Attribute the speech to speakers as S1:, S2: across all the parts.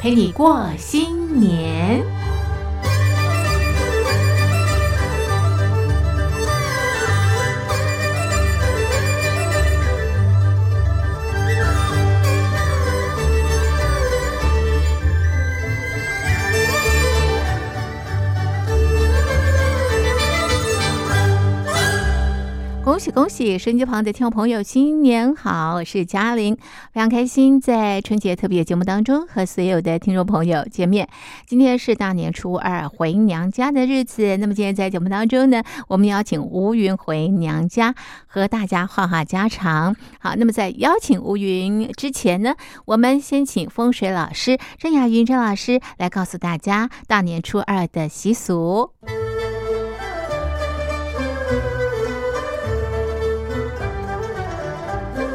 S1: 陪你过新年。恭喜恭喜！收音机旁的听众朋友，新年好！我是嘉玲，非常开心在春节特别节目当中和所有的听众朋友见面。今天是大年初二回娘家的日子，那么今天在节目当中呢，我们邀请吴云回娘家和大家话话家常。好，那么在邀请吴云之前呢，我们先请风水老师郑雅云郑老师来告诉大家大年初二的习俗。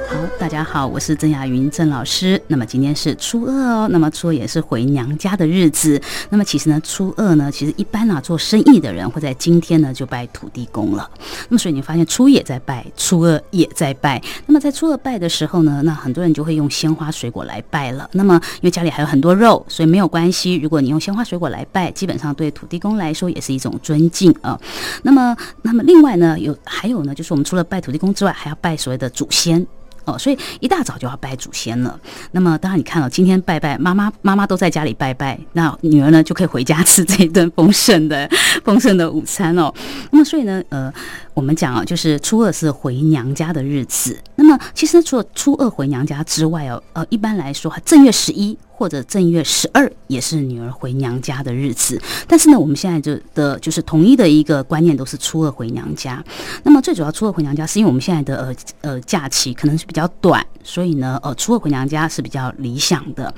S2: 好，大家好，我是郑雅云郑老师。那么今天是初二哦，那么初二也是回娘家的日子。那么其实呢，初二呢，其实一般啊做生意的人会在今天呢就拜土地公了。那么所以你发现初一也在拜，初二也在拜。那么在初二拜的时候呢，那很多人就会用鲜花水果来拜了。那么因为家里还有很多肉，所以没有关系。如果你用鲜花水果来拜，基本上对土地公来说也是一种尊敬啊、那么，那么另外呢，有还有呢，就是我们除了拜土地公之外，还要拜所谓的祖先。哦，所以一大早就要拜祖先了。那么，当然你看哦了、今天拜拜，妈妈妈妈都在家里拜拜，那女儿呢就可以回家吃这一顿丰盛的丰盛的午餐哦。那么，所以呢，呃，我们讲啊，就是初二是回娘家的日子。那么，其实除了初二回娘家之外哦，呃，一般来说，正月十一或者正月十二也是女儿回娘家的日子。但是呢，我们现在就的就是统一的一个观念都是初二回娘家。那么最主要初二回娘家，是因为我们现在的呃呃假期可能是比较短，所以呢，呃初二回娘家是比较理想的。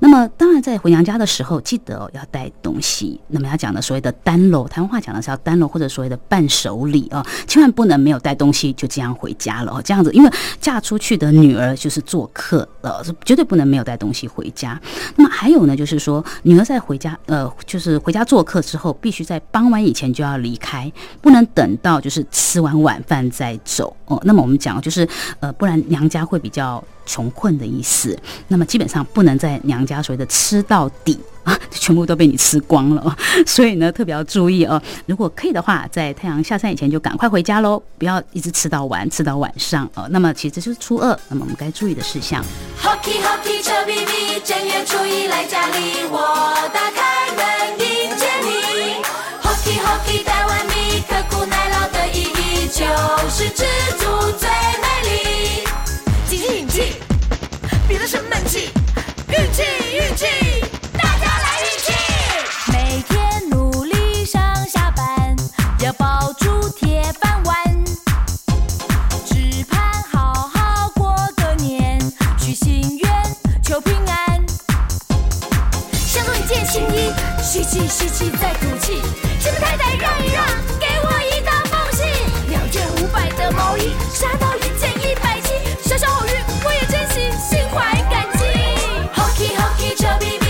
S2: 那么当然在回娘家的时候，记得、哦、要带东西。那么要讲的所谓的单楼，台湾话讲的是要单楼或者所谓的伴手礼啊、哦，千万不能没有带东西就这样回家了哦。这样子，因为嫁出去的女儿就是做客了，是绝对不能没有带东西回家。那么还有呢，就是说女儿在回家，呃，就是回家做客之后，必须在傍晚以前就要离开，不能等到就是吃完晚饭再走哦。那么我们讲就是，呃，不然娘家会比较穷困的意思。那么基本上不能在娘家所谓的吃到底啊， 全部都被你吃光了哦。 所以呢，特别要注意哦。如果可以的话，在太阳下山以前就赶快回家喽，不要一直吃到晚，吃到晚上哦。那么其实这就是初二，那么我们该注意的事项。
S3: Hockey Hockey 臭咪咪，正月初一来家里，我打开门迎接你。Hockey Hockey 台湾米，刻苦耐劳的意义就是知足最美丽。
S4: 挤进引进，别的生闷气，运气运气，
S3: 大家来运气。
S4: 每天努力上下班，要抱住铁饭碗，只盼好好过个年，许心愿求平安。相中一件新衣，吸气吸气再吐气，新的太太让一让，给我一道缝隙。两件五百的毛衣，杀到一件一百七，小小偶遇我也珍惜，心怀感激。
S3: Hockey Hockey 臭咪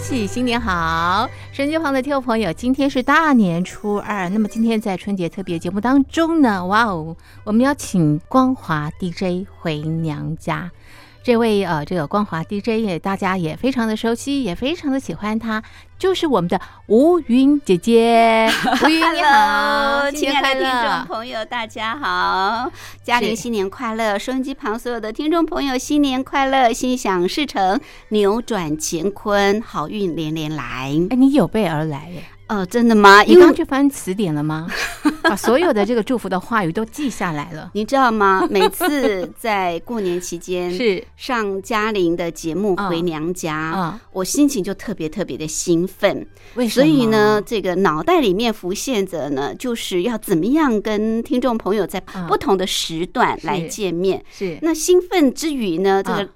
S1: 喜新年好！手机旁的听众朋友，今天是大年初二，那么今天在春节特别节目当中呢，哇哦，我们要请光华 DJ 回娘家。这位呃，这个光华 DJ 也大家也非常的熟悉，也非常的喜欢他，就是我们的吴云姐姐。吴云你好，新
S5: 亲
S1: 年
S5: 爱
S1: 快
S5: 的听众
S1: 乐！
S5: 朋友，大家好！嘉玲
S1: 是
S5: 新年快乐！收音机旁所有的听众朋友，新年快乐，心想事成，扭转乾坤，好运连连来。
S1: 哎，你有呃备而来耶！
S5: 哦，真的吗？
S1: 你
S5: 因
S1: 刚刚
S5: 为
S1: 去翻词典了吗？把所有的这个祝福的话语都记下来了。
S5: 你知道吗？每次在过年期 间，
S1: 是
S5: 上嘉玲的节目
S1: 嗯
S5: 回娘家，
S1: 啊、
S5: 我心情就特别特别的兴奋。
S1: 为什
S5: 所
S1: 么？
S5: 以呢，，这个脑袋里面浮现着呢，就是要怎么样跟听众朋友在
S1: 嗯
S5: 不同的时段来
S1: 是
S5: 见面。
S1: 是
S5: 那兴奋之余呢，
S1: 嗯
S5: 这个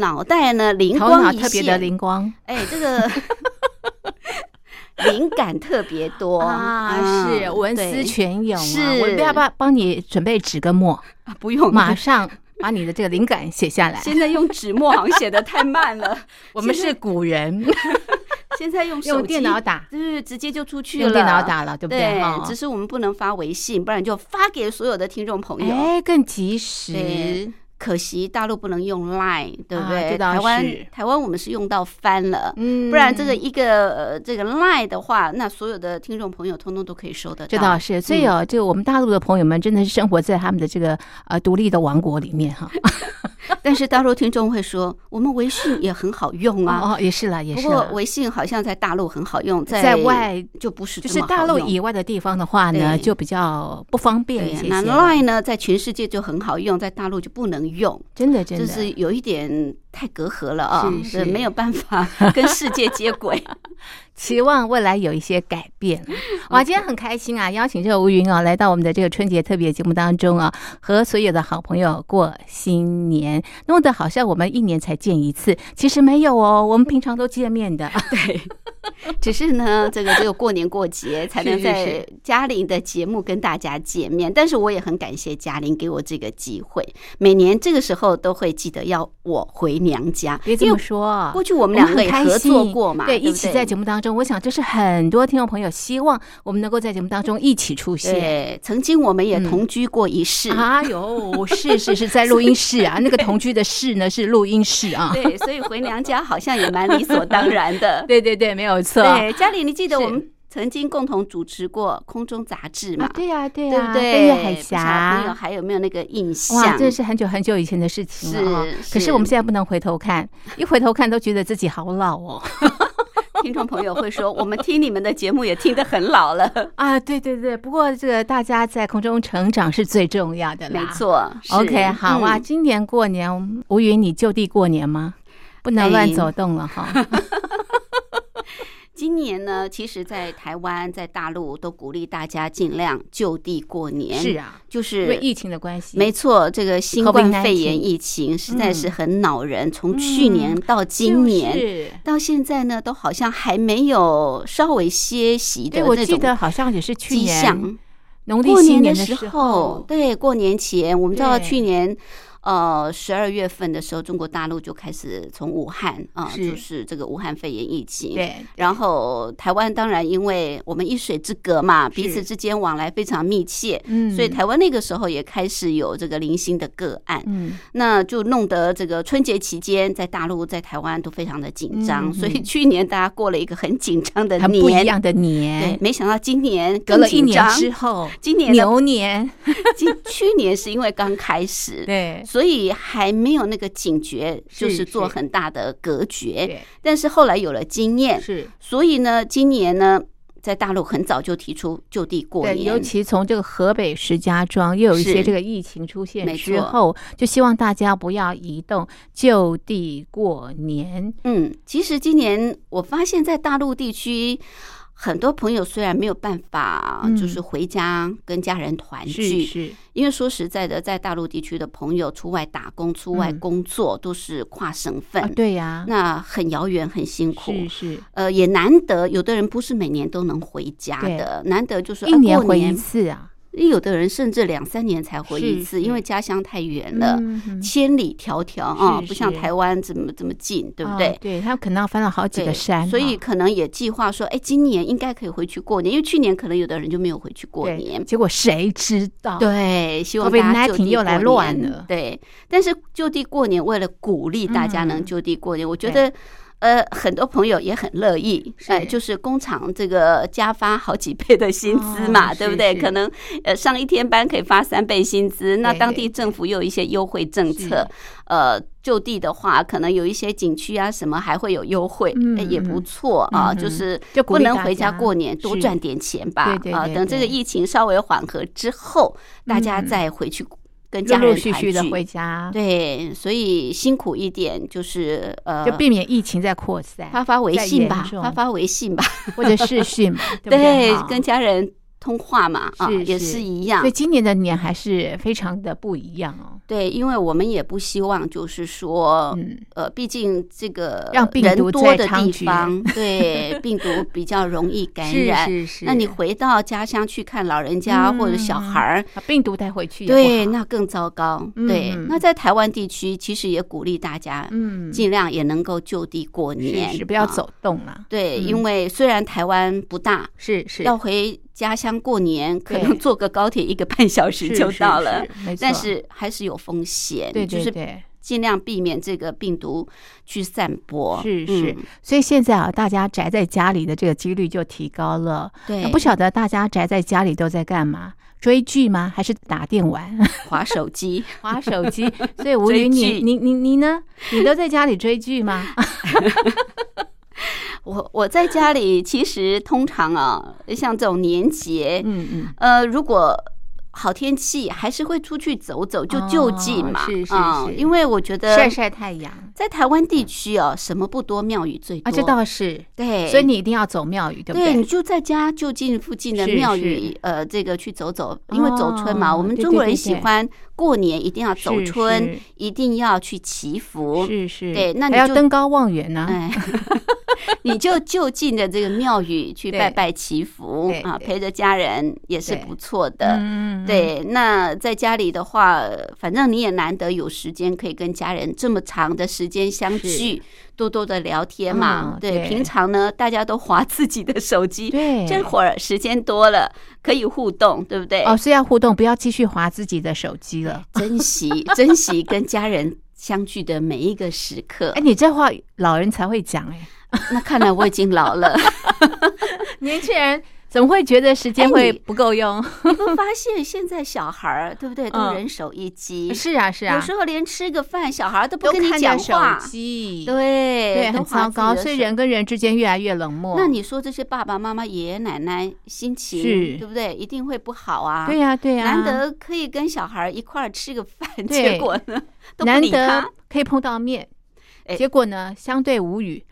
S5: 脑袋呢灵
S1: 头
S5: 光
S1: 脑
S5: 一现，
S1: 特别的灵光
S5: 哎，这个灵感特别多
S1: 啊，是
S5: 嗯
S1: 文思
S5: 对
S1: 泉涌啊！
S5: 是
S1: 我要不要帮你准备纸跟墨，
S5: 啊 不用
S1: 马。上把你的这个灵感写下来？
S5: 现在用纸墨好像写的太慢 了，
S1: 我们是古 人，
S5: 现在用手
S1: 用
S5: 机
S1: 电脑，打，
S5: 就是直接就出去了，
S1: 用电脑，打了，对不对？
S5: 对
S1: 哈，
S5: 只是我们不能发微信，不然就发给所有的听众朋友。
S1: 哎，更及时
S5: 对。可惜大陆不能用 Line，对不
S1: 啊
S5: 对？
S1: 这倒
S5: 台
S1: 是
S5: 湾台湾我们是用到翻了，
S1: 嗯
S5: 不然这个一个呃这个 line 的话，那所有的听众朋友通通都可以收得到。
S1: 这倒是，所以
S5: 嗯
S1: 哦，这个我们大陆的朋友们真的是生活在他们的这个呃独立的王国里面 哈。
S5: 但是大陆听众会 说，我们微信也很好用啊。
S1: 哦哦，也是啦，也
S5: 不
S1: 是
S5: 过
S1: 啦。
S5: 微信好像在大陆很好用，在
S1: 在外
S5: 就不是
S1: 就是大陆以
S5: 一
S1: 外的地方的话呢，
S5: 对
S1: 就比较不方便
S5: 对
S1: 一些些
S5: 那
S1: 了。
S5: line 呢，在全世界就很好用，在大陆就不能用，
S1: 真的真
S5: 就
S1: 的，
S5: 是有一点太隔阂了啊，
S1: 是是
S5: 对没有办法跟世界接轨。
S1: 期望未来有一些改 变。哇，今天很开心啊，邀请这个吴云啊来到我们的这个春节特别节目当中啊，和所有的好朋友过新年，弄得好像我们一年才见一次，其实没有哦，我们平常都见面 的。
S5: 对，只是呢，这个只有过年过节才能
S1: 是是
S5: 在嘉玲的节目跟大家见面。但是我也很感谢嘉玲给我这个机会，每年这个时候都会记得要我回娘家，
S1: 别这
S5: 因
S1: 么
S5: 为
S1: 说，啊
S5: 过去我
S1: 我
S5: 们两个
S1: 很
S5: 也
S1: 开
S5: 合作
S1: 心
S5: 过嘛，
S1: 对，
S5: 对，
S1: 一起在节
S5: 目。
S1: 目当中，我想这是很多听众朋友希望我们能够在节目当中一起出现。
S5: 对，曾经我们也
S1: 嗯
S5: 同居过一世。
S1: 哎呦，是是是在录音室啊，那个同居的室呢是录音室啊。
S5: 对，所以回娘家好像也蛮理所当然的。
S1: 对对 对，没有错。
S5: 对，嘉玲，你记得
S1: 是
S5: 我们曾经共同主持过《空中杂志》嘛
S1: 啊，？对呀、对
S5: 对
S1: 呀、
S5: 不
S1: 对？
S5: 对？
S1: 飞越海
S5: 不晓得朋友
S1: 峡。
S5: 还有没有那个印象？
S1: 哇，这是很久很久以前的事情了、啊。
S5: 是
S1: 可是
S5: 是
S1: 我们现在不能回头看，一回头看都觉得自己好老哦。
S5: 听众朋友会说，我们听你们的节目也听得很老了。
S1: 啊，对对对，不过这个大家在空中成长是最重要的啦。
S5: 没。错是
S1: OK，好啊，
S5: 嗯
S1: 今年过年，吴云你就地过年吗？不能乱
S5: 哎
S1: 走动了哈。
S5: 今年呢，其实，在台湾、在大陆都鼓励大家尽量就地过年。
S1: 是，啊，
S5: 就
S1: 因为
S5: 是
S1: 疫情的关系，
S5: 没错，这个新冠
S1: COVID-19
S5: 肺炎疫情实在是很恼人，从去年到
S1: 就
S5: 今年。
S1: 是
S5: 到现在呢，都好像还没有稍微歇息
S1: 哎
S5: 的
S1: 对，我
S5: 那
S1: 记
S5: 种
S1: 得好像也是去
S5: 迹象
S1: 年。农历
S5: 过
S1: 新年
S5: 年时
S1: 时候，
S5: 对，过年前，我们知道
S1: 对
S5: 去年，呃，十二月份的时候，中国大陆就开始从武汉啊、
S1: 是
S5: 就是这个武汉肺炎疫情。。
S1: 对，
S5: 然后台湾当然，因为我们一水之隔嘛，彼此之间往来非常密切，
S1: 嗯
S5: 所以台湾那个时候也开始有这个零星的个案，
S1: 嗯，
S5: 那就弄得这个春节期间在大陆、在台湾都非常的紧张，
S1: 嗯
S5: 所以去年大家过了一个很紧张的
S1: 很
S5: 年，
S1: 不一样的
S5: 对
S1: 年，，
S5: 没想到今年
S1: 隔
S5: 更
S1: 了一
S5: 紧
S1: 年
S5: 张
S1: 之后，
S5: 今年的
S1: 牛年，
S5: 今去年是因为刚开始，
S1: 对
S5: 所以还没有那个警觉，
S1: 是
S5: 就是做
S1: 是
S5: 很大的隔绝。
S1: 对
S5: 但是后来有了经验，
S1: 是，
S5: 所以呢，今年呢，在大陆很早就提出就地过
S1: 对，尤
S5: 年，
S1: 其从这个河北石家庄又有一些
S5: 是
S1: 这个疫情出现
S5: 没
S1: 之
S5: 错
S1: 后，就希望大家不要移动，就地过年。
S5: 嗯，其实今年我发现，在大陆地区。很多朋友虽然没有办法，
S1: 嗯
S5: 就是回家跟家人团
S1: 是
S5: 聚，
S1: 是，
S5: 因为说实在的，在大陆地区的朋友出外打工、出外
S1: 嗯
S5: 工作都是跨省份，
S1: 啊，对呀，
S5: 那很遥远、很辛苦。
S1: 是是，
S5: 呃，也难得，有的人不是每年都能回家的，难得就是
S1: 一
S5: 啊
S1: 年
S5: 过
S1: 回一
S5: 年，
S1: 次啊，
S5: 有的人甚至两三年才回一
S1: 是
S5: 次，
S1: 是
S5: 因为家乡太远了，
S1: 嗯哼
S5: 千里迢迢啊，
S1: 是
S5: 不像
S1: 是
S5: 台湾这么这么近，对不
S1: 哦
S5: 对？
S1: 对他可能要翻了好几
S5: 对
S1: 个山哦，
S5: 所以可能也计划说，哎，今年应该可以回去过年，因为去年可能有的人就没有回去过
S1: 对
S5: 年。
S1: 结果谁知道？
S5: 对，希望大家就
S1: COVID-19
S5: 地
S1: 又来
S5: 过
S1: 乱
S5: 年
S1: 了
S5: 对，但是就地过年，为了鼓励大家能
S1: 嗯
S5: 就地过年，我觉得。呃，很多朋友也很乐意，
S1: 是
S5: 哎、就是工厂这个加发好几倍的薪资嘛，
S1: 哦
S5: 对不
S1: 是
S5: 对？
S1: 是
S5: 可能呃上一天班可以发三倍薪资，那
S1: 对
S5: 当
S1: 对
S5: 地政府又有一些优惠政
S1: 是
S5: 策，呃，就地的话，可能有一些景区啊什么还会有优惠，
S1: 嗯
S5: 哎也不
S1: 嗯
S5: 错啊，
S1: 嗯
S5: 就
S1: 哼
S5: 是
S1: 就鼓
S5: 不
S1: 励
S5: 能
S1: 大
S5: 回家
S1: 家
S5: 过年，多
S1: 是
S5: 赚点钱吧，
S1: 对对
S5: 啊，
S1: 对
S5: 等这个
S1: 对
S5: 疫情稍微缓和之后，大家
S1: 嗯
S5: 再回去跟
S1: 陆
S5: 家
S1: 陆
S5: 人
S1: 续
S5: 团
S1: 续的
S5: 聚
S1: 回家，
S5: 对，所以辛苦一点，就是呃，
S1: 就避免疫情再扩
S5: 发
S1: 散，
S5: 发微
S1: 再
S5: 信
S1: 严
S5: 吧，
S1: 重
S5: 发发微信吧，
S1: 或者视讯嘛，对不好
S5: 跟家人通话嘛，啊，
S1: 是
S5: 也
S1: 是
S5: 是一样
S1: 所以。今年的年还是非常的不一样哦。
S5: 对，因为我们也不希望，就是说，
S1: 嗯
S5: 呃，毕竟这个
S1: 让病
S5: 人
S1: 毒
S5: 多
S1: 再
S5: 的
S1: 猖
S5: 地
S1: 獗
S5: 方，对病毒比较容易感染。
S1: 是是是，啊
S5: 那你回到家乡去看老人家或者小
S1: 嗯
S5: 孩儿，
S1: 把病毒带回去也不好
S5: 对，那更糟糕。对
S1: 嗯，
S5: 那在台湾地区，其实也鼓励大家
S1: 嗯，
S5: 尽量也能够就地过年，
S1: 是是不要
S5: 啊。
S1: 走动了，
S5: 对，
S1: 嗯
S5: 因为虽然台湾不大，
S1: 是是
S5: 要回家乡过年，可
S1: 对
S5: 能坐个高铁一个半小时
S1: 是
S5: 就是到了。
S1: 是没错
S5: 但是还是有风险，
S1: 对
S5: 就
S1: 对
S5: 是
S1: 对，
S5: 尽量避免这个病毒去散播。
S1: 是是
S5: 嗯，
S1: 所以现在啊，大家宅在家里的这个几率就提高了。那
S5: 对，
S1: 不晓得大家宅在家里都在干嘛？追剧吗？还是打电玩、
S5: 划手机，
S1: 划手机？所以吴
S5: 追
S1: 云，
S5: 剧
S1: 你你你你呢？你都在家里追剧 吗？
S5: 我我在家里其实通常啊，像这种年节，
S1: 嗯嗯，
S5: 呃，如果好天气，还是会出去走走，就就近嘛，
S1: 哦是是
S5: 啊
S1: 是
S5: 因为我觉得
S1: 晒晒太阳
S5: 在台湾地区哦，什么不多，庙宇最多，
S1: 啊，这倒是。
S5: 对，
S1: 所以。你一定要走庙宇，对不
S5: 对，你
S1: 对？
S5: 就在家就近附近的
S1: 是
S5: 庙
S1: 是
S5: 宇，呃，这个去走走，因为走春嘛，
S1: 哦
S5: 我们
S1: 对
S5: 中国
S1: 对
S5: 人
S1: 对
S5: 喜
S1: 对
S5: 欢过年一定要走
S1: 是
S5: 春
S1: 是，
S5: 一定要去祈福，
S1: 是是，
S5: 对那你
S1: 还要
S5: 就
S1: 登高望远呢。
S5: 哎， 你就就近的这个庙宇去
S1: 对
S5: 拜拜祈福
S1: 对
S5: 啊，
S1: 对
S5: 陪着家人也是
S1: 对
S5: 不错的。
S1: 嗯，嗯，
S5: 对，那在家里的话，反正你也难得有时间可以跟家人这么长的时间相聚，多多的聊天嘛。
S1: 嗯
S5: 对，
S1: 对
S5: 平常呢大家都划自己的手机，
S1: 对
S5: 这会儿时间多了可以互动，对不对？
S1: 嗯哦，是要互动，不要继续划自己的手机了。
S5: 珍惜珍惜跟家人相聚的每一个时刻
S1: 哎，。你这话老人才会讲哎，
S5: 那看来我已经老了，
S1: 年轻人怎么会觉得时间
S5: 哎
S1: 会
S5: 你
S1: 不够用？
S5: 你不发现现在小孩儿对不对，都
S1: 嗯
S5: 人手一机，
S1: 是啊，是啊，
S5: 有时候连吃个饭，小孩儿呃都不
S1: 都
S5: 跟你
S1: 看
S5: 讲
S1: 着
S5: 话
S1: 手，机，
S5: 对
S1: 对，
S5: 都
S1: 很糟
S5: 划自己
S1: 糕，
S5: 的
S1: 所以
S5: 手
S1: 人跟人之间越来越冷漠。
S5: 那你说这些爸爸妈妈、爷爷奶奶心情，
S1: 是
S5: 对不对？一定会不好啊。
S1: 对、呀对呀，
S5: 难得可以跟小孩一块儿吃个饭，
S1: 对
S5: 结果 呢都不
S1: 难
S5: 理
S1: 得
S5: 他。
S1: 可以碰到面
S5: 哎，
S1: 结果呢相对无语。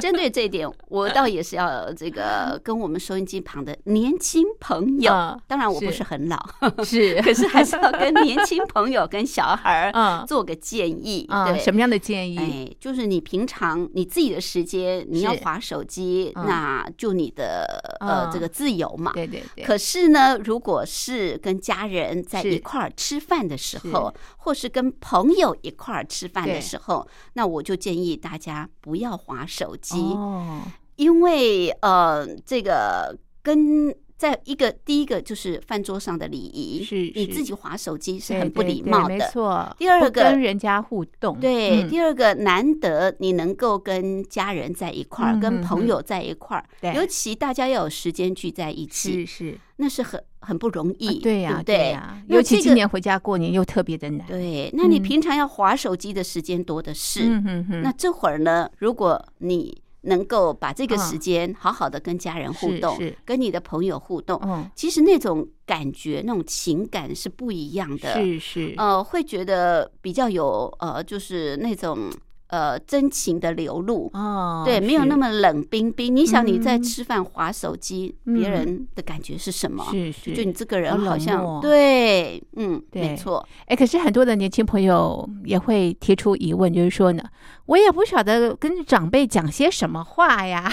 S5: 针对这一点，我倒也是要这个跟我们收音机旁的年轻朋友，
S1: 嗯
S5: 当然我不
S1: 是
S5: 是很老，
S1: 是，
S5: 可是 还是要跟年轻朋友、跟小孩儿
S1: 嗯
S5: 做个建议，
S1: 嗯，
S5: 对。
S1: 什么样的建议？
S5: 哎，就是你平常你自己的时间，你要
S1: 是
S5: 划手机，
S1: 嗯
S5: 那就你的呃
S1: 嗯
S5: 这个自由嘛。
S1: 对对对，
S5: 可是呢，如果是跟家人在
S1: 是
S5: 一块儿吃饭的时候，或是跟朋友一块儿吃饭的
S1: 对
S5: 时候，那我就建议大家不要划手机，
S1: 哦，
S5: 因为呃，这个跟在一个第一个就是饭桌上的礼仪，
S1: 是
S5: 你
S1: 是
S5: 自己划手机是
S1: 对
S5: 很不
S1: 对
S5: 礼
S1: 对
S5: 貌
S1: 没
S5: 的。
S1: 错，
S5: 第二
S1: 不
S5: 个
S1: 跟人家互动，
S5: 对，
S1: 嗯
S5: 第二个难得你能够跟家人在一块儿，
S1: 嗯
S5: 跟
S1: 嗯
S5: 朋
S1: 嗯
S5: 友在一块儿，
S1: 对
S5: 尤其大家要有时间聚在一
S1: 是
S5: 起，
S1: 是，
S5: 那是很很不容易，
S1: 啊对呀
S5: 不
S1: 对
S5: 对
S1: 呀，
S5: 那
S1: 尤其
S5: 这
S1: 今
S5: 个
S1: 年回家过年又特别的难，
S5: 对，那你
S1: 嗯
S5: 平常要划手机的时间多的是。
S1: 嗯哼哼，
S5: 那这会儿呢，如果你能够把这个时间好好的跟家人互
S1: 嗯是
S5: 动，
S1: 是
S5: 跟你的朋友互动，
S1: 嗯
S5: 其实那种感觉、那种情感是不一样的。
S1: 是是，
S5: 呃，会觉得比较有呃，就是那种呃真情的流露。
S1: 哦，
S5: 对，没有
S1: 是
S5: 那么冷冰冰。你想你在
S1: 嗯
S5: 吃饭划手机，
S1: 嗯
S5: 别人的感觉是什么？
S1: 是是，
S5: 就你这个人
S1: 好
S5: 好
S1: 冷
S5: 像
S1: 漠哦
S5: 对，嗯，没
S1: 对
S5: 错，
S1: 哎，可是很多的年轻朋友也会提出疑问，就是说呢，我也不晓得跟长辈讲些什么话呀。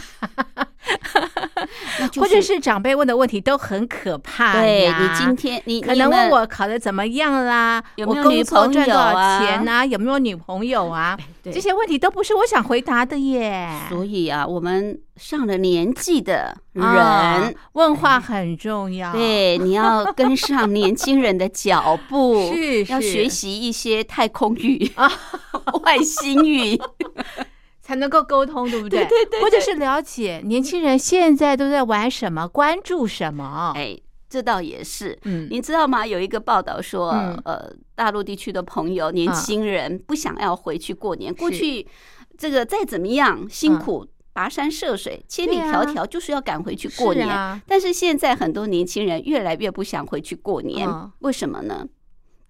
S5: 那就
S1: 或者是长辈问的问题都很可怕
S5: 对
S1: 呀。
S5: 你今天你
S1: 可
S5: 你
S1: 能
S5: 有没有
S1: 问我考的怎么样啦，
S5: 有没有
S1: 我工
S5: 女
S1: 作
S5: 朋
S1: 赚多
S5: 友
S1: 少
S5: 啊哎
S1: 钱呐、有没有女朋友啊？
S5: 对
S1: 这些问题都不是我想回答的耶。
S5: 所以啊，我们上了年纪的人，哎
S1: 啊问话很重要。，
S5: 对，你要跟上年轻人的脚步，
S1: 是
S5: 要
S1: 是
S5: 学习一些太空语啊、外星语。
S1: 才能够沟通，对不对？对对对或者是了解年轻人现在都在玩什么，关注什么。
S5: 哎，这倒也是。
S1: 嗯，
S5: 你知道吗？有一个报道说，
S1: 嗯啊
S5: 呃，大陆地区的朋友年轻人不想要回去过年，过
S1: 是
S5: 去这个再怎么样辛苦。跋山涉水，千里
S1: 啊对啊
S5: 迢迢，就是要赶回去过
S1: 是
S5: 年。
S1: 啊
S5: 但是现在很多年轻人越来越不想回去过年，
S1: 嗯
S5: 为什么呢？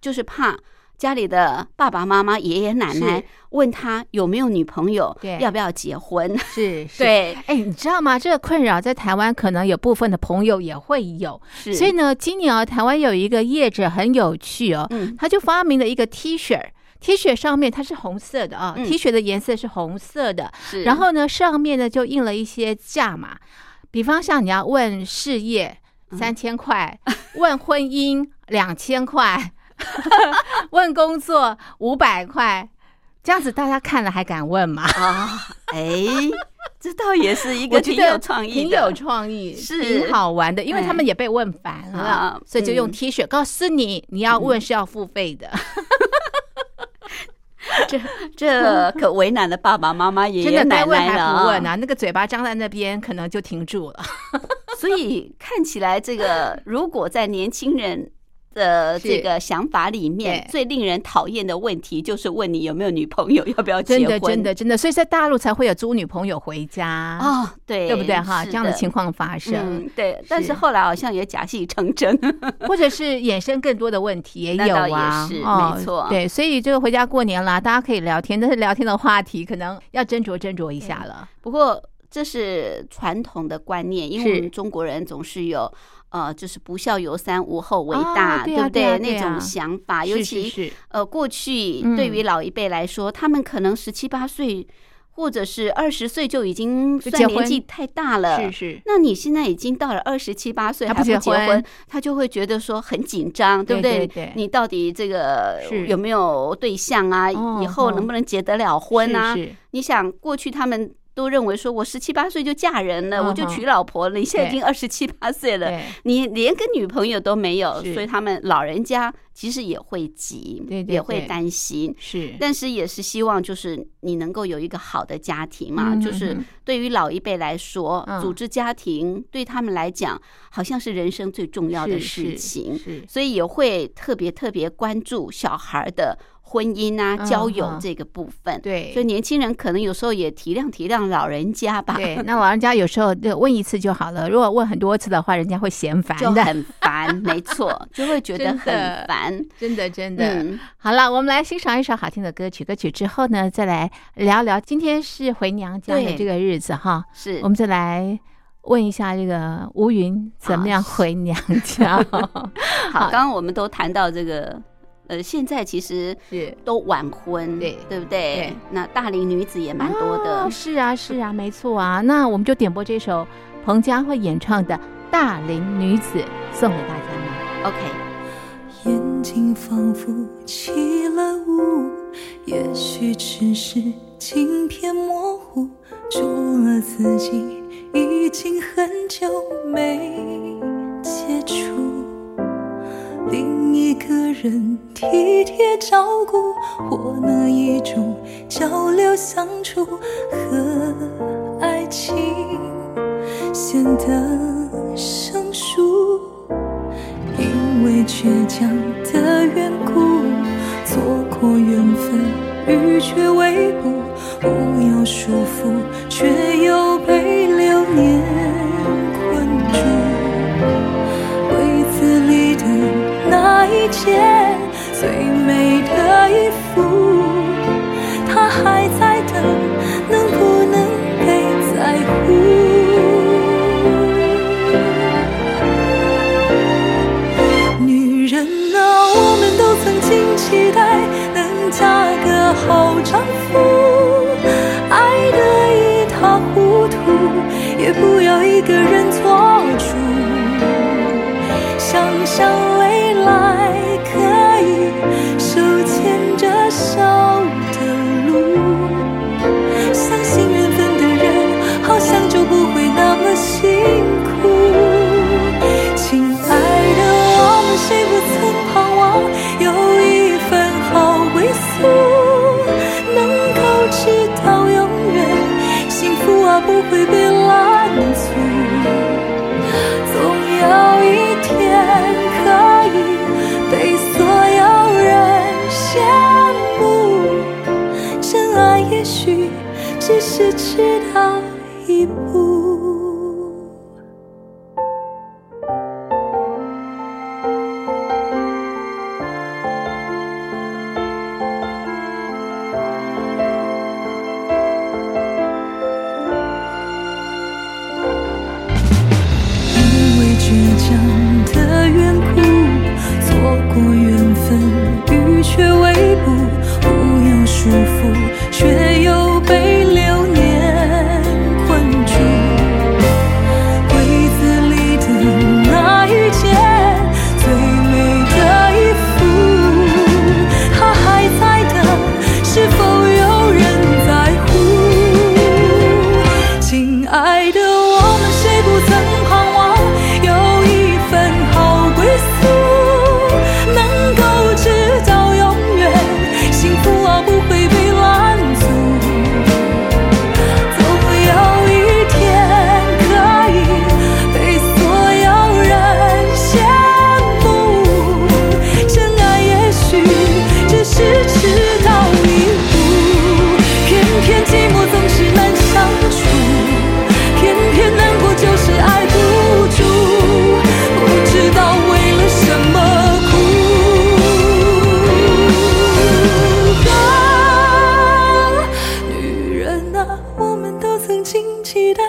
S5: 就是怕家里的爸爸妈妈、爷爷奶奶
S1: 是
S5: 问他有没有女朋友
S1: 对，
S5: 要不要结婚。
S1: 是， 是。
S5: 对，
S1: 哎，你知道吗？这个困扰在台湾可能有部分的朋友也会有，
S5: 是
S1: 所以呢，今年哦，台湾有一个业者很有趣哦，
S5: 嗯
S1: 他就发明了一个 T 恤儿，T 恤上面它是红色的啊、
S5: 嗯
S1: t 恤的颜色是红色的，
S5: 是
S1: 然后呢，上面呢就印了一些价码，比方像你要问事业
S5: 嗯
S1: 三千块， 问婚姻两千块， 问工作五百块，这样子大家看了还敢问 吗？
S5: 啊，哎，这倒也是一
S1: 我
S5: 个
S1: 觉
S5: 挺
S1: 得
S5: 有创意
S1: 挺
S5: 的，
S1: 有创意，
S5: 是
S1: 挺好玩的，因为
S5: 哎
S1: 他们也被问烦了
S5: 啊，
S1: 所以就用
S5: 嗯
S1: T 恤告诉你，你要问是要付费的，
S5: 这可为难了爸爸妈妈、爷
S1: 真
S5: 爷
S1: 的该
S5: 奶
S1: 问
S5: 奶
S1: 还
S5: 了
S1: 不问
S5: 啊。
S1: 啊，那个嘴巴张在那边可能就停住了，
S5: 所以看起来，这个如果在年轻人 的
S1: 是
S5: 这个想法里面
S1: 对，
S5: 最令人讨厌的问题就是问你有没有女朋友，要不要结
S1: 真
S5: 婚？
S1: 的真的真的，所以在大陆才会有租女朋友回家啊，
S5: 哦，对，
S1: 对不对哈？
S5: 是
S1: 这样的情况发生，
S5: 嗯，对。但
S1: 是
S5: 是后来好像也假戏成真，
S1: 或者是衍生更多的问题也
S5: 嗯那
S1: 有
S5: 倒
S1: 啊，
S5: 也是
S1: 哦
S5: 没错
S1: 对，所以这个回家过年啦，大家可以聊天，但是聊天的话题可能要斟酌斟酌一下了，
S5: 不过这是传统的观念，因为
S1: 是
S5: 我们中国人总是有。呃，就是不孝有三，无后为
S1: 啊
S5: 大，
S1: 对啊
S5: 不
S1: 对啊对
S5: 那
S1: 啊
S5: 种想法，尤
S1: 是
S5: 其
S1: 是是。
S5: 呃，过去
S1: 嗯
S5: 对于老一辈来说，他们可能十七八岁，或者是二十岁就已经
S1: 就
S5: 算
S1: 结婚
S5: 年纪太大了。
S1: 是是，
S5: 那你现在已经到了二十七八岁
S1: 还
S5: 还
S1: 不
S5: 不
S1: 结
S5: 结
S1: 婚
S5: 婚，他就会觉得说很紧张，对不
S1: 对
S5: 对？
S1: 对对
S5: 你到底这个
S1: 是
S5: 有没有对象啊？
S1: 哦
S5: 以后能不能结得了婚啊？
S1: 是是
S5: 你想过去他们。都认为说，我十七八岁就嫁人了，
S1: 嗯
S5: 我就
S1: 哼
S5: 娶老婆了。你现在已
S1: 对
S5: 经二十七八岁了，
S1: 对
S5: 你连个女朋友都没有，
S1: 是
S5: 所以他们老人家其实也会急，
S1: 对对
S5: 也会
S1: 对
S5: 担心。
S1: 是，
S5: 但是也是希望，就是你能够有一个好的家庭嘛。
S1: 嗯
S5: 就是
S1: 嗯嗯
S5: 对于老一辈来说，
S1: 嗯
S5: 组织家庭对他们来讲，好像是人生最重要的
S1: 是
S5: 事
S1: 是
S5: 情，
S1: 是
S5: 所以也会特别特别关注小孩的婚姻啊、
S1: 嗯
S5: 交友
S1: 嗯
S5: 这个部分。
S1: 对
S5: 所以年轻人可能有时候也体谅体谅老人家吧。
S1: 对，那老人家有时候就问一次就好了，如果问很多次的话，人家会嫌烦
S5: 就
S1: 的。
S5: 很烦，没错，就会觉得
S1: 真
S5: 很
S1: 的
S5: 烦。
S1: 真的，真的。
S5: 嗯，
S1: 好了，我们来欣赏一首好听的歌曲。歌曲之后呢，再来聊聊今天是回娘家的
S5: 对
S1: 这个日子哈。
S5: 是
S1: 我。们再来问一下这个吴云
S5: 啊
S1: 怎么样回娘家。
S5: 好，刚刚我们都谈到这个，呃，现在其实
S1: 是
S5: 都晚婚，
S1: 对
S5: 对不对？
S1: 对
S5: 那大龄女子也 蛮多的。
S1: 哦是啊，是啊，没错啊。那我们就点播这首彭佳慧演唱的《大龄女子》送给大家嘛。嗯
S5: OK，
S6: 眼睛仿佛起了雾，也许只是镜片模糊，除了自己，已经很久没接触。另一个人体贴照顾，或那一种交流相处和爱情显得生疏。因为倔强的缘故，错过缘分，欲却未卜，不要束缚，却又被流年困住。柜子里的那一件最美的衣服，它还在等，能不能被在乎？女人啊，我们都曾经期待能嫁个好丈夫，爱得一塌糊涂，也不要一个人错啊即将的缘故，错过缘分，欲却未卜，无有束缚，却又被流年困住。柜子里的那一件最美的衣服，它还在等，是否有人在乎？亲爱的，我们谁不曾盼望有一份好归宿，能够直到永远，幸福啊不会被拦阻。总有一天可以被所有人羡慕，真爱也许只是迟到一步。偏偏寂寞总是难相处，偏偏难过就是爱不住，不知道为了什么哭。啊女人啊，我们都曾经期待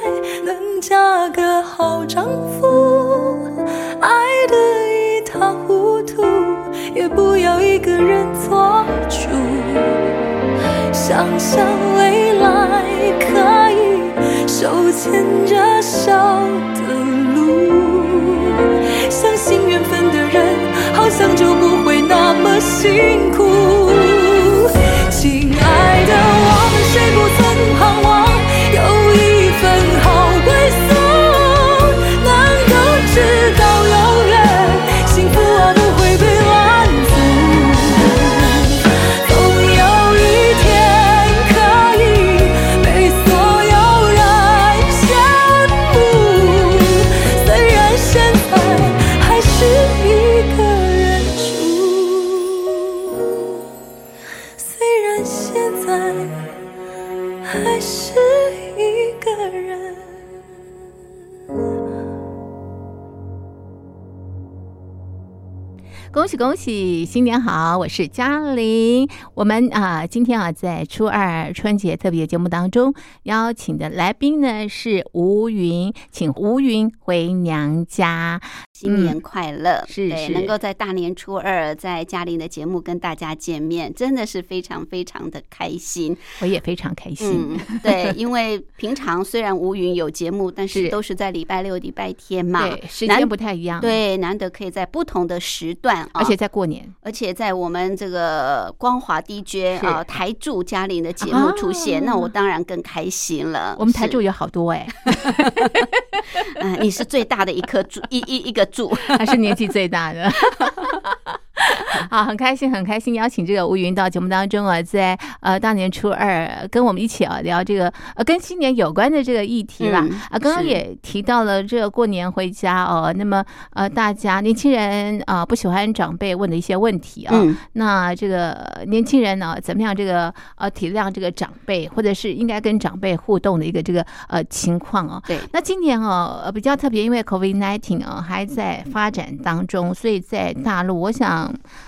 S6: 能嫁个好丈夫，爱得一塌糊涂，也不要一个人做主。想象未来可以手牵着手的路，相信缘分的人，好像就不会那么辛苦。亲爱的，我们谁不曾盼望有一份好归宿，能够直到永远，幸福啊不会被拦阻。总有一天可以被所有人羡慕，虽然现在还是一个人住，虽然现在还是一个人。
S1: 恭喜恭喜，新年好！我是嘉玲。我们啊、今天啊，在初二春节特别节目当中邀请的来宾呢是吴云，请吴云回娘家。
S5: 新年快乐！
S1: 是
S5: 对
S1: 是
S5: 能够在大年初二在嘉玲的节目跟大家见面，真的是非常非常的开心。
S1: 我也非常开心。
S5: 嗯，对，因为平常虽然吴云有节目，但
S1: 是
S5: 是都是在礼拜六、礼拜天嘛，
S1: 对，时
S5: 难
S1: 间不太一样。，
S5: 对，难得可以在不同的时段啊，
S1: 而且在过年。
S5: 而且在我们这个光华 DJ
S1: 是
S5: 啊台柱嘉玲的节目出现，
S1: 啊
S5: 那我当然更开心了。
S1: 我们台柱
S5: 哦是，
S1: 有好多哎、
S5: 嗯，你是最大的一颗 柱，一一一个柱。
S1: 他是年纪最大的。 好，很开心，很开心，邀请这个吴云到节目当中啊，在呃大年初二呃跟我们一起啊聊这个呃跟新年有关的这个议题啦。
S5: 嗯
S1: 啊，刚刚
S5: 是
S1: 也提到了这个过年回家哦，那么呃大家年轻人啊、不喜欢长辈问的一些问题啊，
S5: 嗯，
S1: 那这个年轻人呢、怎么样这个呃体谅这个长辈，或者是应该跟长辈互动的一个这个呃情况啊、
S5: 对，
S1: 那今年哦，呃，比较特别，因为 COVID nineteen 哦还在
S5: 嗯
S1: 发展当中，所以在大陆，我想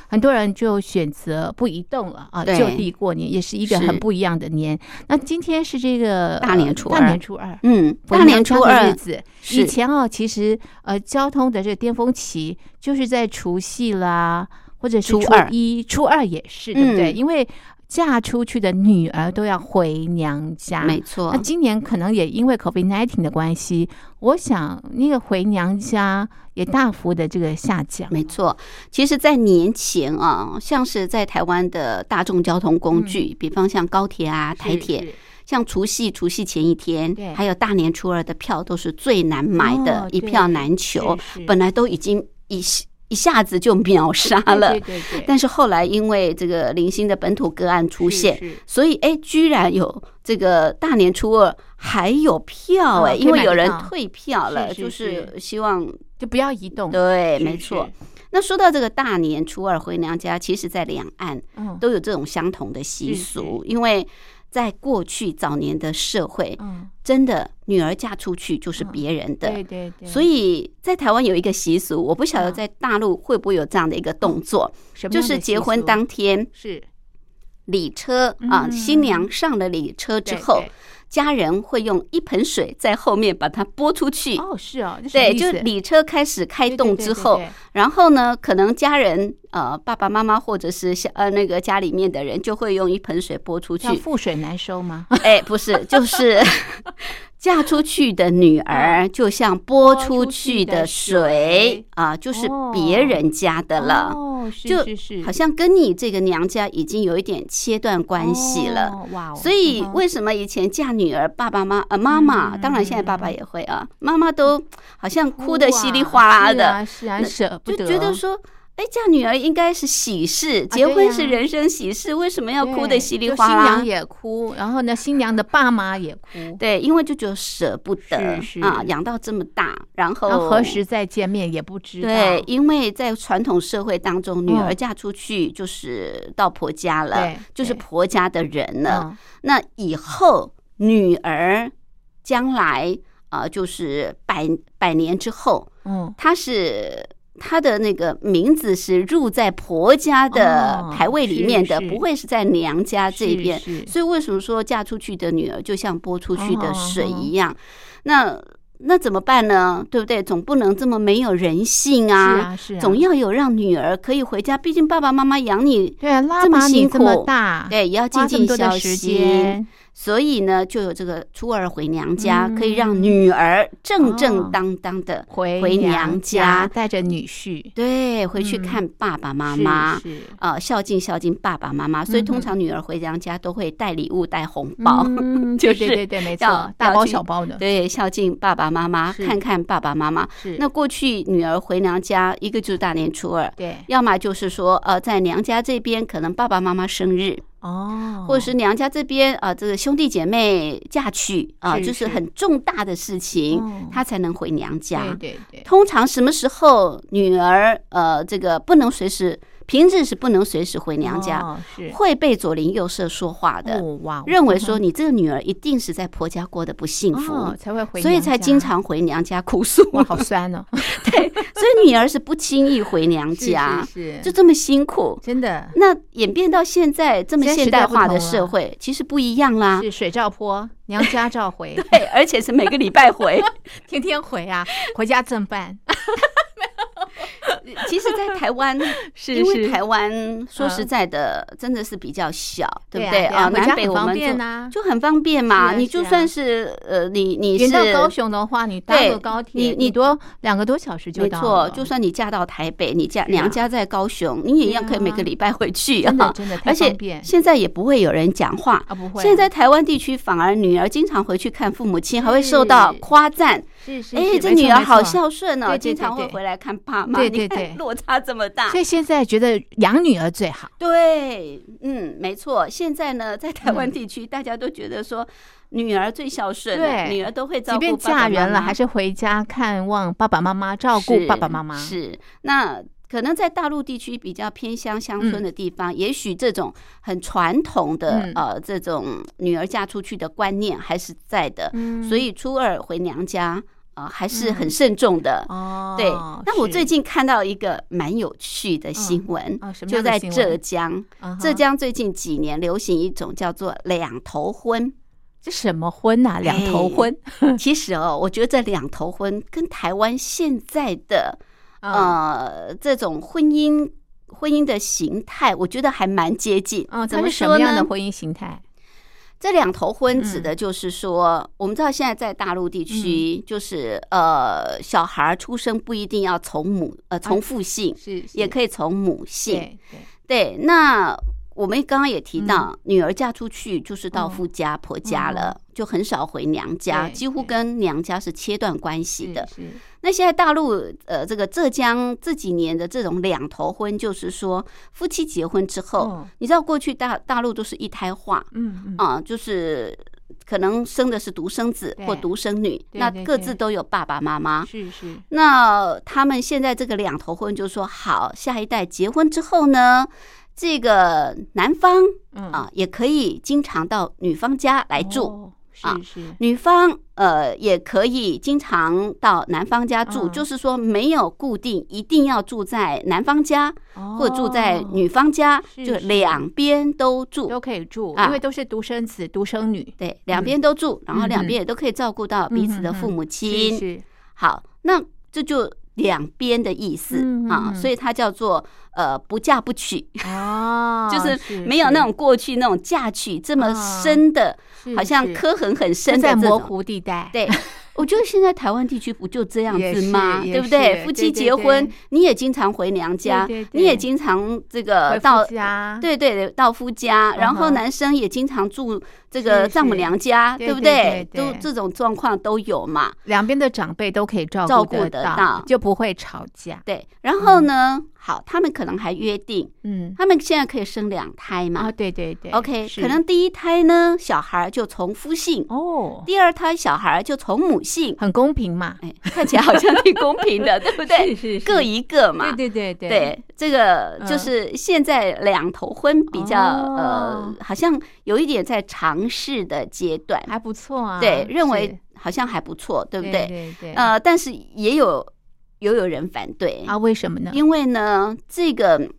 S1: 很多人就选择不移动了啊，
S5: 对
S1: 就地过年，也是一个
S5: 是
S1: 很不一样的年。那今天是这个
S5: 大年初
S1: 呃
S5: 二
S1: 大年初二，
S5: 嗯，
S1: 回
S5: 大年初
S1: 娘家的
S5: 二
S1: 日子，
S5: 是
S1: 以前哦，其实呃，交通的这个巅峰期就是在除夕啦，或者是
S5: 初
S1: 初
S5: 二
S1: 一、初二也是，对不对？
S5: 嗯
S1: 因为嫁出去的女儿都要回娘家，
S5: 没错
S1: 那，今年可能也因为 COVID nineteen 的关系，我想那个回娘家也大幅的这个下降。
S5: 没错。其实，在年前啊，像是在台湾的大众交通工具，比方像高铁啊、台铁，
S1: 嗯是
S5: 像除夕、除夕前一天
S1: 对，
S5: 还有大年初二的票都是最难买
S1: 哦
S5: 的，一
S1: 对
S5: 票难求
S1: 是是，
S5: 本来都已经一一下子就秒杀
S1: 对
S5: 了
S1: 对。对对，
S5: 但是后来因为这个零星的本土个案出
S1: 是
S5: 现，
S1: 是
S5: 所以哎，居然有这个大年初二还有票
S1: 哦
S5: 哎，
S1: 可以
S5: 因为
S1: 买
S5: 有
S1: 得
S5: 人
S1: 到
S5: 退票了，
S1: 是是
S5: 就是是希望
S1: 就不要移动，
S5: 对，
S1: 是
S5: 没错
S1: 是。
S5: 那说到这个大年初二回娘家，其实在两岸
S1: 嗯
S5: 都有这种相同的习
S1: 是
S5: 俗，因为在过去早年的社会，
S1: 嗯，
S5: 真的女儿嫁出去就是别人的
S1: 啊对。对对，
S5: 所以在台湾有一个习俗，我不晓得
S1: 嗯
S5: 在大陆会不会有这样的一个动作，
S1: 什么
S5: 就
S1: 样的
S5: 是结
S1: 习
S5: 婚
S1: 俗
S5: 当天
S1: 是
S5: 礼车啊，
S1: 嗯
S5: 新娘上了礼车之
S1: 对
S5: 后
S1: 对，
S5: 家人会用一盆水在后面把它拨出去。
S1: 哦，是哦，这什么
S5: 对，
S1: 意
S5: 就
S1: 思
S5: 礼车开始开
S1: 对对
S5: 动
S1: 对
S5: 之
S1: 对
S5: 后
S1: 对，
S5: 然后呢，可能家人呃爸爸妈妈或者是小呃那个家里面的人就会用一盆水拨出去
S1: 叫。覆水难收吗？
S5: 哎，不是，就是 嫁出去的女
S1: 啊
S5: 儿就像拨出去的水啊，就是别人家的了。
S1: 哦，是
S5: 就是
S1: 是，
S5: 好像跟你这个娘家已经有一点切断关系了。
S1: 哦哇哦，
S5: 所以
S1: 嗯哼
S5: 为什么以前嫁女儿，爸爸妈呃妈妈，
S1: 嗯
S5: 当然现在爸爸也会啊，妈妈都好像哭
S1: 哇
S5: 的稀里哗啦
S1: 是
S5: 的，
S1: 啊是啊，
S5: 那
S1: 舍不
S5: 就
S1: 得，
S5: 觉得说。哎，嫁女儿应该是喜事，
S1: 啊
S5: 结
S1: 对
S5: 婚
S1: 呀
S5: 是人生喜事，为什么要哭
S1: 对
S5: 的稀里
S1: 就
S5: 哗
S1: 新
S5: 啦
S1: 娘？也哭，然后呢，新娘的爸妈也哭，
S5: 对，因为就觉得舍不得
S1: 是是
S5: 啊，养到这么大，然后
S1: 然后何时再见面也不知道。
S5: 哦对，因为在传统社会当中，女儿
S1: 嗯
S5: 嫁出去就是到婆家了
S1: 对，
S5: 就是
S1: 对
S5: 婆家的人了。
S1: 嗯，
S5: 那以后女儿将来呃，就是百百年之后，
S1: 嗯，
S5: 她是。她的那个名字是入在婆家的
S1: 哦
S5: 牌位里面的，
S1: 是是
S5: 不会是在娘家这
S1: 是
S5: 边。
S1: 是
S5: 所以为什么说嫁出去的女儿就像拨出去
S1: 哦
S5: 的水
S1: 哦
S5: 一样？那那怎么办呢？对不对？总不能这么没有人性
S1: 是
S5: 啊！
S1: 啊是啊，
S5: 总要有让女儿可以回家，毕竟爸爸妈妈养你，
S1: 对啊，拉
S5: 这么
S1: 拔你
S5: 辛
S1: 这么
S5: 苦
S1: 大，，
S5: 对，也
S1: 花
S5: 要
S1: 这
S5: 尽
S1: 么
S5: 尽
S1: 多的
S5: 孝
S1: 时
S5: 心。
S1: 间，
S5: 所以呢，就有这个初二回娘家，
S1: 嗯
S5: 可以让女儿正
S1: 哦
S5: 正当当的
S1: 回
S5: 回
S1: 娘
S5: 娘家，
S1: 带着女婿
S5: 对，回去
S1: 嗯
S5: 看爸爸妈妈。
S1: 是是
S5: 呃，孝敬孝敬爸爸妈妈，所以
S1: 嗯
S5: 通
S1: 哼
S5: 常女儿回娘家都会带礼物、带红包。
S1: 嗯对
S5: 就是
S1: 对对对，没
S5: 要
S1: 错，大
S5: 要
S1: 包
S5: 去
S1: 小包的，
S5: 对，孝敬爸爸妈妈，
S1: 是
S5: 看看爸爸妈妈。
S1: 是
S5: 那过去女儿回娘家，一个就是大年初二，
S1: 对
S5: 要么就是说，呃，在娘家这边可能爸爸妈妈生日，
S1: 哦，
S5: 或者是娘家这边啊、呃，这个兄弟姐妹嫁娶啊、
S1: 是
S5: 就是
S1: 是
S5: 很重大的事情，
S1: 哦
S5: 她才能回娘家。
S1: 对对对，
S5: 通常什么时候女儿呃，这个不能随时，平日是不能随时回娘家，
S1: 哦是
S5: 会被左邻右舍说话的，
S1: 哦哇，
S5: 认为说你这个女儿一定是在婆家过得不幸福。
S1: 哦才会回，
S5: 所以才经。常回娘家哭诉。啊
S1: 哇，好酸哦！
S5: 所以女儿是不轻易回娘家，
S1: 是是
S5: 就是这么辛苦。
S1: 真的
S5: 那演变到现在这么
S1: 现在
S5: 现
S1: 时代
S5: 代
S1: 不
S5: 化的
S1: 同了
S5: 社会，其实不一样啦。
S1: 是水照坡，娘家照回，
S5: 啊 对，而且是每个礼拜 回。
S1: 天天回啊，回家正办。
S5: 其实，在台湾，
S1: 是
S5: 因为
S1: 是
S5: 台湾说
S1: 嗯
S5: 实在的，真的是比较小，对不
S1: 对
S5: 对
S1: 啊对啊
S5: 啊？
S1: 回家
S5: 南北
S1: 很
S5: 我
S1: 方
S5: 们
S1: 便啊
S5: 就就很方便嘛。
S1: 是啊
S5: 你
S1: 是
S5: 就
S1: 啊
S5: 算是呃，你你
S1: 远
S5: 是
S1: 到高雄的话，你搭
S5: 对
S1: 个高铁，
S5: 你你
S1: 多两个多小时就
S5: 没
S1: 到
S5: 错
S1: 了，
S5: 就算你嫁到台北，你家
S1: 是啊啊
S5: 娘家在高雄，你也一样可以每个礼拜回去
S1: 真的
S5: 啊。
S1: 真的太
S5: 而
S1: 方
S5: 且
S1: 便
S5: 现在也不会有人讲话
S1: 啊，不会啊。
S5: 现在台湾地区反而女儿经常回去看父母亲，还会受到夸赞。
S1: 是是，
S5: 哎，
S1: 是
S5: 这
S1: 没错
S5: 女儿
S1: 没
S5: 好
S1: 错
S5: 孝顺
S1: 对
S5: 哦，
S1: 对
S5: 经常
S1: 对
S5: 会
S1: 对
S5: 回来看爸妈。
S1: 对
S5: 你
S1: 对
S5: 看
S1: 对
S5: 落差这么大
S1: 所。以现在觉得养女儿最好。
S5: 对，嗯，没错。现在呢，在台湾地区，大家都觉得说女儿最孝顺了，
S1: 对
S5: 女儿都会照
S1: 即
S5: 顾
S1: 便
S5: 爸爸
S1: 嫁人
S5: 妈
S1: 了，
S5: 妈
S1: 还是回家看望爸爸妈妈，照顾爸爸妈妈。
S5: 是那。可能在大陆地区比较偏乡乡村的地方，也许这种很传统的、
S1: 嗯
S5: 呃这种女儿嫁出去的观念还是在的，
S1: 嗯
S5: 所以初二回娘家呃还是很慎重的。
S1: 哦，
S5: 对，那我
S1: 是
S5: 最近看到一个蛮有趣的新闻，
S1: 啊什么
S5: 就
S1: 样的
S5: 在
S1: 新闻
S5: 浙江，
S1: 嗯哼
S5: 浙江最近几年流行一种叫做两头婚。
S1: 这什么婚呐、两
S5: 哎
S1: 头婚，
S5: 其实哦，我觉得这两头婚跟台湾现在的
S1: 嗯
S5: 呃，这种婚姻婚姻的形态，我觉得还蛮接近。
S1: 嗯，
S5: 怎
S1: 它
S5: 么
S1: 是什么
S5: 哦说
S1: 样
S5: 呢
S1: 的？婚姻形态？
S5: 这两头婚指
S1: 嗯
S5: 的就是说，我们知道现在在大陆地区，就是呃，小孩儿出生不一定要从母呃从父姓，
S1: 哎是
S5: 也可以从母姓。
S1: 对对，
S5: 对，那我们刚刚也提到，女儿嫁出去就是到
S1: 嗯
S5: 夫家婆家了，就很少回娘家，
S1: 哦对
S5: 几乎
S1: 对
S5: 跟娘家是切断关系的。
S1: 是是
S5: 那现在大陆呃，这个浙江这几年的这种两头婚，就是说夫妻结婚之后
S1: 嗯，
S5: 你知道过去大大陆都是一胎化
S1: 嗯嗯
S5: 啊，就是可能生的是独生子
S1: 对
S5: 或独生女，
S1: 对
S5: 那
S1: 对
S5: 各
S1: 对
S5: 自都有爸爸妈妈。
S1: 是是
S5: 那他们现在这个两头婚，就说好，下一代结婚之后呢，这个男方
S1: 嗯
S5: 哦啊也可以经常到女方家来住。
S1: 哦是
S5: 啊
S1: 是，
S5: 女方呃也可以经常到男方家住，
S1: 嗯
S5: 就是说没有固定一定要住在男方家、或者住在
S1: 哦
S5: 女方家，
S1: 是
S5: 就是两边都住。
S1: 都可嗯以住，
S5: 啊
S1: 因为都是独生子、独生女，
S5: 对，两边都住，然后两边也都可以照顾到彼此
S1: 嗯
S5: 的
S1: 哼
S5: 父母
S1: 是
S5: 亲。
S1: 是
S5: 好，那这就两边的意思、
S1: 嗯嗯
S5: 啊，
S1: 嗯
S5: 所以它叫做呃不嫁不娶，，
S1: 哦
S5: 就是没有那种过去那种嫁娶这么
S1: 啊
S5: 深的，
S1: 是
S5: 好像
S1: 是
S5: 磕痕很
S1: 就
S5: 深的
S1: 在
S5: 这
S1: 模
S5: 种
S1: 糊地带，
S5: 对，我觉得现在台湾地区不就这样
S1: 也
S5: 子
S1: 是
S5: 吗？
S1: 也
S5: 对不对？
S1: 是
S5: 夫
S1: 对
S5: 妻
S1: 对
S5: 结
S1: 对
S5: 婚，你也经常回娘家，
S1: 对对
S5: 你也
S1: 对
S5: 经常这
S1: 回
S5: 个
S1: 夫
S5: 到。
S1: 家，
S5: 对对对，到夫家，然后
S1: 嗯哼
S5: 男生也经常住这个
S1: 是
S5: 丈母
S1: 是
S5: 娘家，
S1: 对
S5: 对不
S1: 对对
S5: 都
S1: 对
S5: 这种状况都有嘛。
S1: 两边的长辈都可以照
S5: 照顾
S1: 得
S5: 得到
S1: 就不会吵架。
S5: 对，然后呢，好，他们可能还约定，
S1: 嗯，
S5: 他们现在可以生两胎嘛。
S1: 啊，对对对
S5: OK，
S1: 是
S5: 可能第一胎呢，小孩儿就从夫姓；
S1: 哦，
S5: 第二胎小孩儿就从母姓。
S1: 很公平嘛，
S5: 哎，看起来好像挺公 平的，对不对？
S1: 是是
S5: 各一个嘛。
S1: 对对对
S5: 对，这个
S1: 嗯
S5: 就是现在两头婚比较、
S1: 哦
S5: 呃，好像有一点在尝试的阶段，
S1: 还不错啊。
S5: 对，认
S1: 是
S5: 为好像还不错，对不
S1: 对
S5: 对？
S1: 对对
S5: 呃，但是也有也有人反对
S1: 啊，，为什么呢？
S5: 因为呢，这个嗯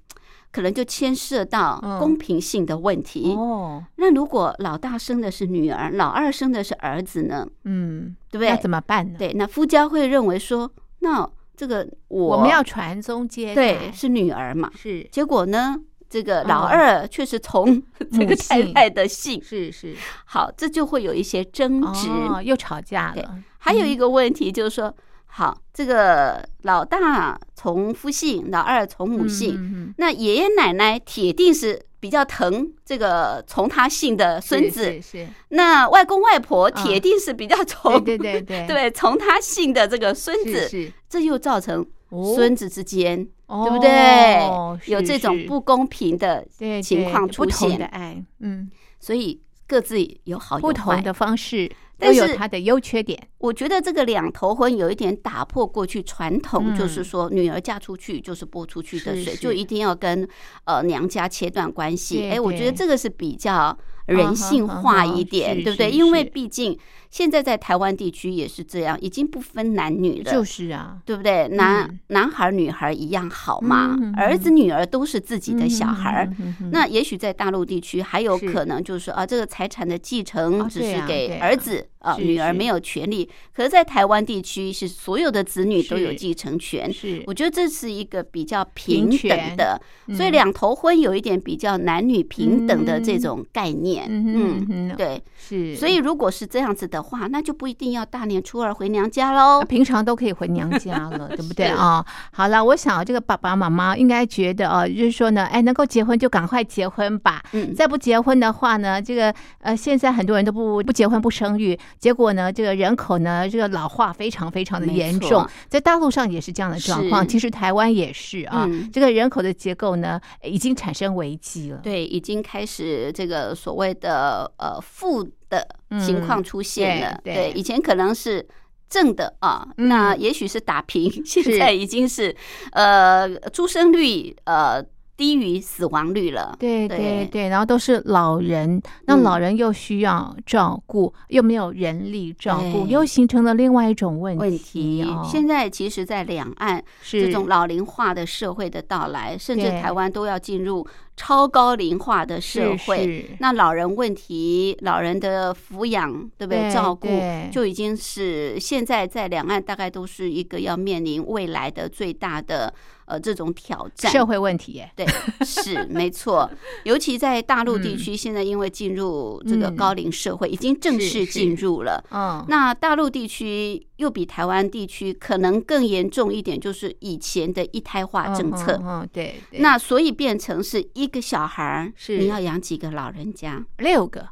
S5: 可能就牵涉到
S1: 嗯
S5: 公平性的问题。
S1: 哦，
S5: 那如果老大生的是女儿，老二生的是儿子呢，
S1: 嗯，
S5: 对不
S1: 那
S5: 对？
S1: 怎么办呢？
S5: 对，那夫家会认为说，那这个我
S1: 我们要传宗接代
S5: 对，是女儿嘛，
S1: 是
S5: 结果呢，这个老
S1: 嗯
S5: 二却是从 这
S1: 母
S5: 个太
S1: 姓
S5: 太的姓，
S1: 是是，
S5: 好，这就会有一些争执。
S1: 哦，嗯又吵架
S5: 对
S1: 了。
S5: 还有一个问题就是说，好，这个老大从夫姓，老二从母姓，
S1: 嗯嗯嗯
S5: 那爷爷奶奶铁定是。比较疼这个从他姓的孙
S1: 是
S5: 子，
S1: 是是，
S5: 那外公外婆
S1: 嗯
S5: 铁定是比较从、
S1: 对对 对对
S5: 哦对从他姓的这个孙子，
S1: 是是
S5: 这又造成
S1: 哦
S5: 孙子之间对
S1: 对
S5: 不对？有这种不公平的情况出
S1: 不同的
S5: 现，
S1: 爱，嗯，
S5: 所以各自有好有
S1: 不同
S5: 坏
S1: 的。方式都
S5: 但
S1: 有
S5: 是
S1: 它的优缺点。
S5: 我觉得这个两头婚有一点打破过去传统，
S1: 嗯
S5: 就是说女儿嫁出去就是泼出去的
S1: 是
S5: 水，
S1: 是
S5: 就一定要跟呃娘家切断关系。
S1: 对
S5: 哎，我觉得
S1: 对
S5: 这个是比较人性化
S1: 啊
S5: 一
S1: 哈啊哈
S5: 点，对不
S1: 是
S5: 对？
S1: 是
S5: 因为
S1: 是
S5: 毕竟现在在台湾地区也是这样，已经不分男女了
S1: 就。是啊，
S5: 对不对？男、
S1: 嗯
S5: 男孩儿女孩儿一样好嘛，
S1: 嗯嗯嗯
S5: 儿子女儿都是自己的小孩儿，
S1: 嗯哼哼哼
S5: 那也许在大陆地区还有
S1: 是
S5: 可能就是说啊，这个财产的继
S1: 哦
S5: 承只
S1: 对
S5: 是
S1: 啊对
S5: 给
S1: 啊
S5: 儿子啊，
S1: 是
S5: 女儿
S1: 是
S5: 没有权利。可是，在台湾地区是所有的子女都有
S1: 是
S5: 继承权。
S1: 是
S5: 我觉得这是一个比较
S1: 平
S5: 平
S1: 权
S5: 等的，所以
S1: 嗯
S5: 两头婚有一点比较男女平等的这
S1: 嗯
S5: 种概念。
S1: 嗯哼嗯哼
S5: 对。
S1: 是，
S5: 所以如果是这样子的话，那就不一定要大年初二回娘家喽
S1: 啊。平常都可以回娘家了，对不对啊、好了，我想这个爸爸妈妈应该觉得哦，就是说呢，哎，能够结婚就赶快结婚吧。
S5: 嗯
S1: 再不结婚的话呢，这个呃，现在很多人都不不结婚不生育，结果呢，这个人口呢，这个老化非常非常的
S5: 没
S1: 严
S5: 错
S1: 重，在大陆上也是这样的状况，
S5: 是
S1: 其实台湾也是啊，
S5: 嗯
S1: 这个人口的结构呢已经产生危机了。
S5: 对，已经开始这个所谓的呃负的情况出现了。
S1: 嗯对对
S5: 以前可能是正的啊，
S1: 嗯
S5: 那也许是打平，现在已经是呃出生率呃低于死亡率了。
S1: 对对
S5: 对
S1: 对，然后都是老人，那
S5: 嗯
S1: 老人又需要照顾，又没有人力照顾，
S5: 对
S1: 又形成了另外一种问
S5: 问
S1: 题
S5: 题
S1: 哦。
S5: 现在其实，在两岸
S1: 是
S5: 这种老龄化的社会的到来，甚至
S1: 对
S5: 台湾都要进入超高龄化的社
S1: 是
S5: 会。
S1: 是
S5: 那老人问题、老人的抚养，对不对？
S1: 对
S5: 照顾
S1: 对
S5: 就已经是现在在两岸大概都是一个要面临未来的最大的呃这种挑战。
S1: 社会问题耶，
S5: 对，是没错。尤其在大陆地区，现在因为进入这个
S1: 嗯
S5: 高龄社会，已经正
S1: 是
S5: 式
S1: 是
S5: 进入了。
S1: 嗯，
S5: 那大陆地区又比台湾地区可能更严重一点，就是以前的一胎化政策。
S1: 嗯嗯嗯对，对
S5: 那所以变成是一个小孩儿，
S1: 是
S5: 你要养几个老人家？
S1: 六个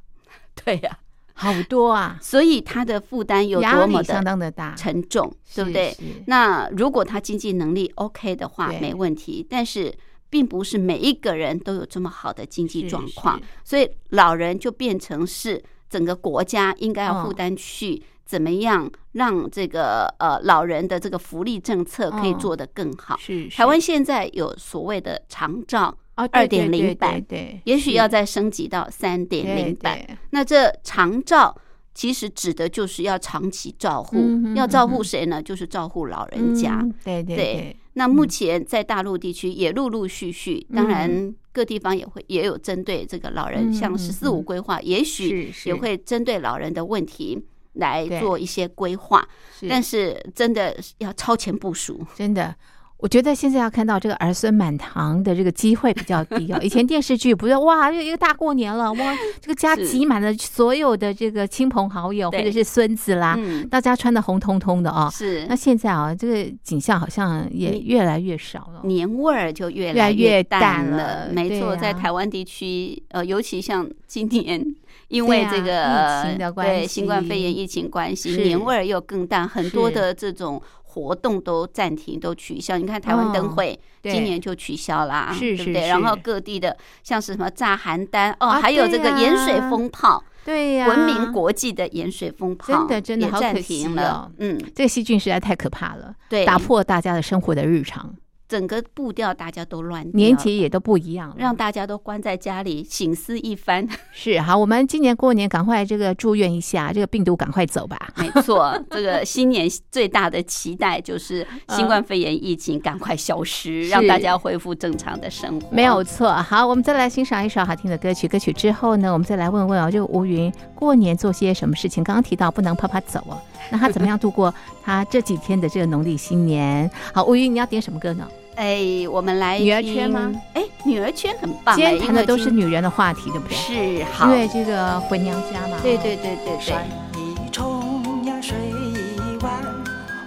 S5: 对呀、
S1: 好多啊，
S5: 所以他的负担 有
S1: 压
S5: 多么
S1: 力相
S5: 的
S1: 当的大，
S5: 沉重，对不
S1: 是
S5: 对？
S1: 是
S5: 那如果他经济能力 OK 的话，
S1: 对
S5: 没问题。但是并不是每一个人都有这么好的经济
S1: 是
S5: 状况
S1: 是，
S5: 所以老人就变成是整个国家应该要
S1: 嗯
S5: 负担去怎么样让这个呃老人的这个福利政策可以
S1: 嗯
S5: 做得更好。
S1: 是
S5: 台湾
S1: 是
S5: 现在有所谓的长照，
S1: 啊，对对
S5: 2.0
S1: 对
S5: 版
S1: 对，
S5: 也许
S1: 是
S5: 要再升级到三点零
S1: 对
S5: 版。
S1: 对
S5: 那这长照其实指的就是要长期照护，
S1: 嗯哼
S5: 要照
S1: 嗯
S5: 顾
S1: 哼
S5: 谁呢？就是照顾老人家。
S1: 嗯对对对
S5: 对，那目前在大陆地区也陆陆续续，当然各地方也会也有针对这个老人，
S1: 嗯
S5: 像“十四五”
S1: 嗯
S5: 规划，也
S1: 是
S5: 许
S1: 是
S5: 也会针对老人的问题来
S1: 对
S5: 做一些规划，
S1: 是
S5: 但是真的是要超前部署。
S1: 真的。我觉得现在要看到这个儿孙满堂的这个机会比较低哦。以前电视剧不是哇，又一个大过年了，哇，这个家
S5: 是
S1: 挤满了所有的这个亲朋好友或
S5: 对
S1: 者是孙子啦，
S5: 嗯，
S1: 大家穿的红彤彤的哦。
S5: 是
S1: 啊那现在啊，这个景象好像也
S5: 你
S1: 越来越少了。
S5: 年味儿就越
S1: 哦越来
S5: 来
S1: 越
S5: 淡
S1: 淡了
S5: 没
S1: 对啊
S5: 错，在
S1: 呀
S5: 台湾地区，呃，尤其像今年。因
S1: 对
S5: 为
S1: 呀
S5: 这个
S1: 疫情
S5: 呃
S1: 的关
S5: 对新冠肺炎
S1: 系
S5: 疫情关系，
S1: 是
S5: 年味儿又更淡，很多
S1: 是
S5: 的这种活动都暂停、都取消。你看台湾
S1: 哦
S5: 灯会
S1: 对
S5: 今年就取消啦，
S1: 是
S5: 对
S1: 是
S5: 不对？然后
S1: 是
S5: 各地的像是什么炸邯郸哦，
S1: 啊
S5: 还有这
S1: 对
S5: 个盐水
S1: 呀
S5: 风炮，
S1: 对呀、
S5: 闻名国际的盐水风炮
S1: 真的真的
S5: 也
S1: 好
S5: 暂
S1: 可惜
S5: 停了
S1: 哦。
S5: 嗯，
S1: 这个细菌实在太可怕了，
S5: 对，
S1: 打破大家的生活的日常，
S5: 整个步调，大家都乱掉
S1: 年
S5: 了
S1: 节也都不一样了。
S5: 让大家都关在家里醒思 一番。
S1: 是好，我们今年过年赶快这个祝愿一下，这个病毒赶快走吧。
S5: 没错，这个新年最大的期待就是新冠肺炎疫情赶快消失，
S1: 嗯是
S5: 让大家恢复正常的生活。
S1: 没有错，好，我们再来欣赏一首好听的歌曲。歌曲之后呢，我们再来问问哦，这个吴云过年做些什么事情？刚刚提到不能啪啪走 哦，那他怎么样度过他这几天的这个农历新年？好，吴云，你要点什么歌呢？
S5: 哎，我们来
S1: 女儿
S5: 听
S1: 圈吗？
S5: 哎，女儿圈很棒、哎，
S1: 今天谈的
S5: 因为
S1: 都是
S5: 今
S1: 女人的话题，对不对？
S5: 是
S1: 因
S5: 好，
S1: 为这个回娘家嘛。
S5: 对对对对对
S7: 山，一重呀，水一弯，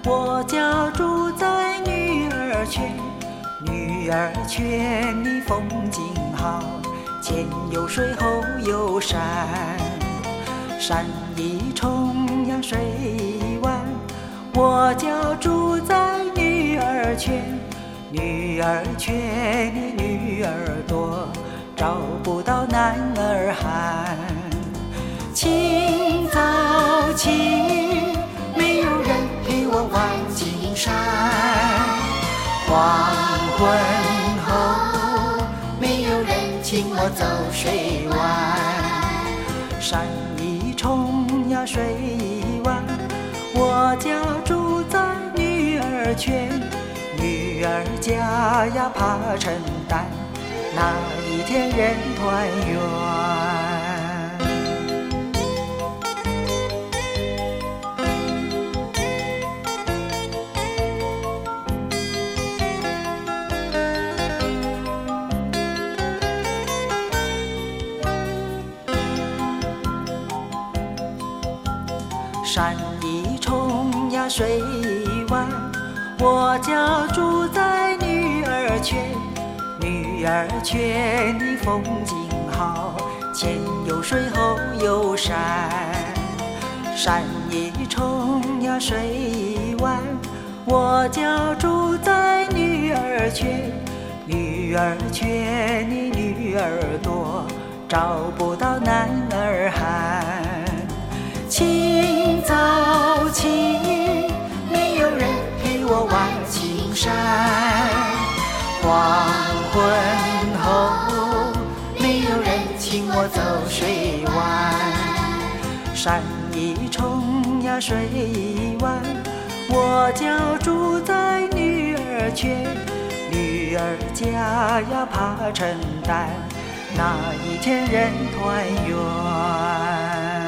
S7: 我家住在女儿圈，女儿圈的风景好，前有水后有山，山一重呀，水一弯，我家住在女儿圈，女儿圈的女儿多，找不到男儿汉。清早起，没有人陪我玩金山；黄昏后，没有人请我走水湾。山一重呀，水一弯，我家住在女儿圈，女儿家呀怕承担，那一天人团圆。山一重呀，水一弯，我家住在女儿圈，女儿圈的风景好，前有水后有山，山一重呀，水一弯，我家住在女儿圈，女儿圈的女儿多，找不到男儿汉。清早起，没有人陪我玩青山；黄昏后，没有人请我走水湾。山一重呀，水一弯，我家住在女儿圈，女儿家呀怕承担，那一天人团圆。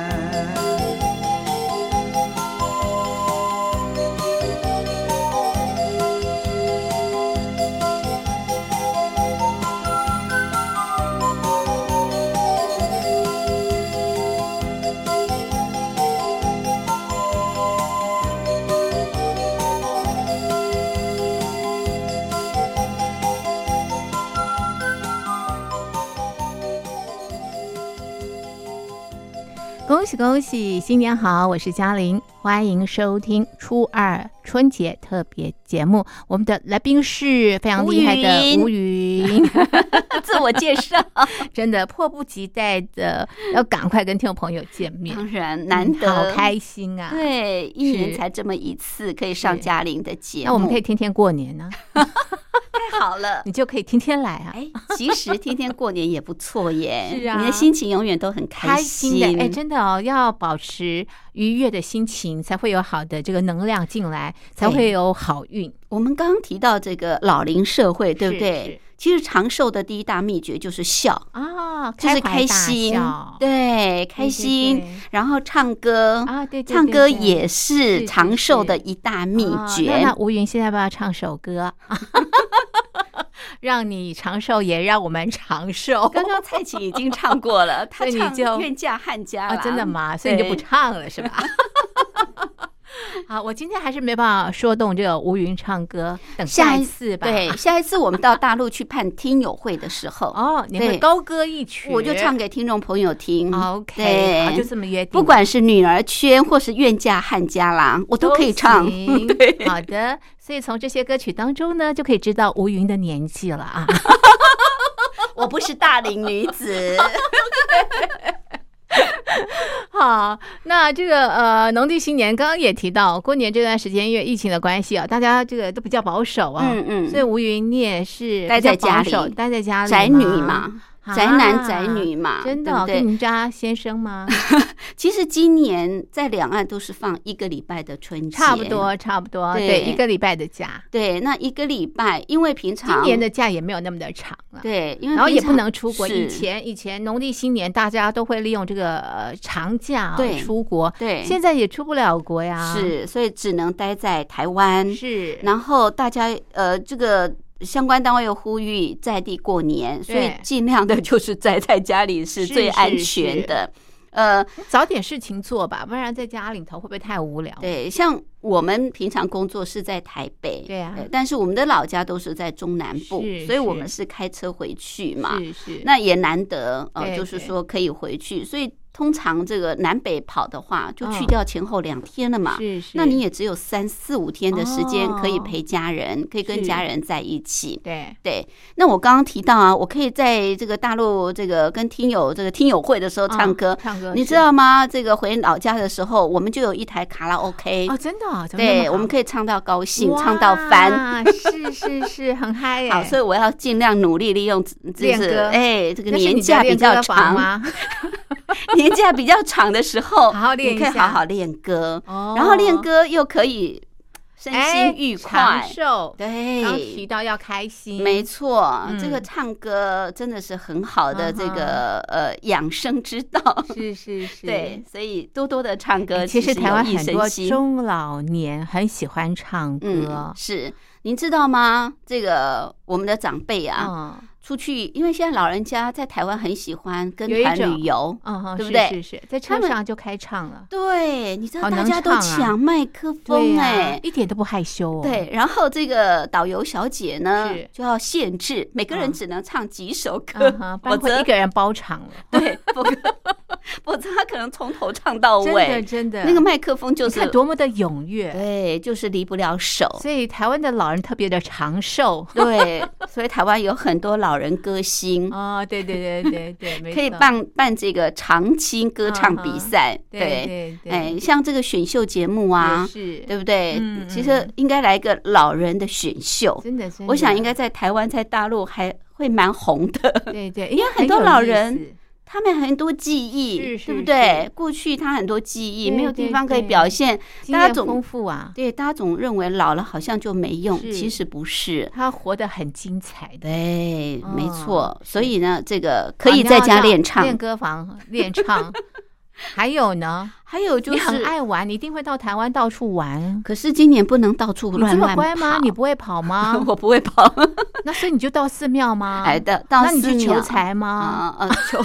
S1: 恭喜恭喜，新年好！我是嘉玲，欢迎收听初二春节特别节目。我们的来宾是非常厉害的
S5: 吴
S1: 吴云，
S5: 自我介 绍，
S1: 真的迫不及待的要赶快跟听众朋友见面，
S5: 当然嗯 难
S1: 嗯好
S5: 得、
S1: 开心啊！，
S5: 对，一
S1: 是
S5: 年才这么一次可以上
S1: 是
S5: 嘉玲的节目，
S1: 那我们可以天天过年呢、
S5: 太好了。
S1: 你就可以天天来啊，
S5: 嗯哎，其实天天过年也不错耶，
S1: 是啊
S5: 你的心情永远都很
S1: 开
S5: 心。
S1: 心的哎，真的哦，要保持愉悦的心情，才会有好的这个能量进来，才
S5: 对
S1: 会有好运。
S5: 我们刚刚提到这个老龄社会，对不
S1: 是是
S5: 对？其实长寿的第一大秘诀就是笑，
S1: 啊，
S5: 就
S1: 开
S5: 是哦开
S1: 怀大
S5: 心
S1: 笑，
S5: 对，
S1: 对
S5: 开心
S1: 对。
S5: 然后唱歌
S1: 啊对对对
S5: 唱歌
S1: 对
S5: 也
S1: 是
S5: 是
S1: 是
S5: 长寿
S1: 是
S5: 的一大秘
S1: 啊
S5: 诀。
S1: 那那吴云现在要不要唱首歌？ 让你长寿，也让我们长寿。
S5: 刚刚蔡琴已经唱过 了，她
S1: 所以你
S5: 唱
S1: 就
S5: 《愿嫁汉家》
S1: 啊，
S5: 啦
S1: 真的吗？所以你就不
S5: 对
S1: 唱了是 吧？好，我今天还是没办法说动这个吴云唱歌，等
S5: 下
S1: 一
S5: 一
S1: 次吧。
S5: 对，下一次我们到大陆去办听友会的时候，
S1: 哦，你会
S5: 对
S1: 高歌一曲，
S5: 我就唱给听众朋友听。
S1: 啊 OK，好，就
S5: 对，
S1: 这么约定。
S5: 不管是女儿圈或是愿嫁汉家郎，我都可以唱。
S1: 行好的，所以从这些歌曲当中呢，就可以知道吴云的年纪了 啊。
S5: 我不是大龄女 子，
S1: 好，那这个呃，农历新年刚刚也提到，过年这段时间因为疫情的关系啊，大家这个都比较保守啊。
S5: 嗯嗯
S1: 所以吴云，你也是
S5: 待
S1: 比较
S5: 在家
S1: 保守
S5: 里
S1: 待在家里，
S5: 宅女嘛，
S1: 啊，
S5: 宅男宅女嘛，
S1: 真的
S5: 对
S1: 哦、
S5: 不对
S1: 跟你们家先生 吗？
S5: 其实今年在两岸都是放一个礼拜的春节，
S1: 差不。多，差不多，
S5: 对
S1: 对，一个礼拜的假，
S5: 对，那一个礼拜，因为平常
S1: 今年的假也没有那么的长了。
S5: 对，因为
S1: 然后
S5: 平
S1: 也不
S5: 常
S1: 能出国。以
S5: 是
S1: 前以前农历新年大家都会利用这个呃长假啊
S5: 对
S1: 出国，
S5: 对
S1: 现在也出不了国呀。
S5: 是，所以只能待在台湾。
S1: 是，
S5: 然后大家呃，这个相关单位又呼吁在地过年，所以
S1: 对
S5: 尽量的就是宅在家里是
S1: 是
S5: 最安
S1: 是
S5: 全
S1: 是
S5: 的。呃，
S1: 找点事情做吧，不然在家里头会不会太无聊？，
S5: 对，像我们平常工作是在台北，
S1: 对啊
S5: 呃但是我们的老家都是在中南部
S1: 是，
S5: 所以我
S1: 是
S5: 们是开车回去嘛。
S1: 是是。
S5: 那也难得呃，
S1: 对
S5: 就是
S1: 对
S5: 说可以回去，所以通常这个南北跑的话，就去
S1: 嗯
S5: 掉前后两天了嘛。
S1: 是是，
S5: 那你也只有三四五天的时间可以
S1: 哦
S5: 陪家人，可以跟
S1: 是
S5: 家人在一起。
S1: 对
S5: 对，那我刚刚提到啊，我可以在这个大陆这个跟听友这个听友会的时候唱
S1: 嗯
S5: 歌，
S1: 唱歌
S5: 你
S1: 是
S5: 知道吗？这个回老家的时候，我们就有一台卡拉 OK，、
S1: 哦，真的哦，怎么那么
S5: 对，
S1: 好
S5: 我们可以唱到高兴，唱到烦。
S1: 哇是是是，很嗨耶！
S5: 好，所以我要尽量努力利用，就
S1: 练
S5: 是
S1: 歌
S5: 哎，这个
S1: 那是
S5: 年
S1: 你的
S5: 假比
S1: 练歌
S5: 较
S1: 房
S5: 长，
S1: 吗？
S5: 年假比较长的时 候，
S1: 好好练
S5: 你
S1: 一
S5: 可以
S1: 下
S5: 好好练歌，
S1: 哦
S5: 然后练歌又可以身
S1: 哎
S5: 心愉
S1: 长
S5: 快，
S1: 寿。然后提
S5: 对。
S1: 到要开心，
S5: 没错，这个
S1: 嗯
S5: 唱歌真的是很好的这
S1: 啊哈
S5: 个、呃养生之道。
S1: 是是是，
S5: 对，所以多多的唱歌
S1: 哎其实
S5: 呃实
S1: 台湾
S5: 有益
S1: 很
S5: 身
S1: 多
S5: 心
S1: 中老年很喜欢唱
S5: 嗯
S1: 歌，
S5: 是，您知道吗？这个我们的长辈啊，
S1: 嗯
S5: 出去，因为现在老人家在台湾很喜欢跟
S1: 有一
S5: 团
S1: 种
S5: 旅游，
S1: 嗯哼，
S5: 对
S1: 是
S5: 不对
S1: 是是，在
S5: 他
S1: 车
S5: 们
S1: 上就开唱了，
S5: 对，你知道
S1: 好
S5: 大
S1: 能
S5: 家都
S1: 唱啊
S5: 抢麦克
S1: 对
S5: 风
S1: 呀
S5: 哎、，
S1: 一点都不害羞哦。
S5: 对，然后这个导游小姐呢
S1: 是
S5: 就要限制，每个人
S1: 嗯
S5: 只能唱几首歌
S1: 嗯 哼，，不
S5: 否
S1: 然会
S5: 则
S1: 一个人包场了。
S5: 对，否则否则他可能从头唱到
S1: 真的
S5: 尾，
S1: 真的，
S5: 哎那个麦克风就
S1: 你
S5: 是
S1: 看多么的踊跃，
S5: 对，就是离不了 手。。
S1: 所以台湾的老人特别的长寿
S5: 对，所以台湾有很多老人歌星，
S1: 哦，对对对对对，没
S5: 嗯 可以
S1: 错嗯
S5: 办办这个长青歌唱比赛，
S1: 对
S5: 对，
S1: 对
S5: 哎，像这个选秀节目啊
S1: 也，是，
S5: 对不对
S1: 嗯？
S5: 其实应该来一个老人的选秀，
S1: 真的真的，
S5: 我想应该在台湾、在大陆还会蛮红的。
S1: 对对，
S5: 因为很
S1: 很
S5: 多
S1: 有
S5: 老
S1: 意
S5: 人
S1: 思
S5: 他们很多记忆，
S1: 是
S5: 对
S1: 是
S5: 不对？过去他很多记忆
S1: 对
S5: 没有地方可以
S1: 对对
S5: 表现，
S1: 经
S5: 大家
S1: 验丰
S5: 总
S1: 富啊，
S5: 对大家总认为老了好像就没用，
S1: 是
S5: 其实不是。
S1: 他活得很精彩的。
S5: 对，没
S1: 嗯
S5: 错。
S1: 是
S5: 所以呢，这个可以
S1: 啊
S5: 在
S1: 你要
S5: 家
S1: 到
S5: 练唱
S1: 练。歌房练唱。还有呢，
S5: 还有就
S1: 你
S5: 是，
S1: 很爱玩，你一定会到台湾到处玩。
S5: 可是今年不能到处
S1: 你这
S5: 乱
S1: 么
S5: 乱
S1: 乖吗？
S5: 跑
S1: 你不会跑吗？
S5: 我不会跑，
S1: 那所以你就到寺庙吗？
S5: 哎的，到
S1: 啊那你去
S5: 寺
S1: 求
S5: 庙
S1: 财吗？
S5: 啊，呃，求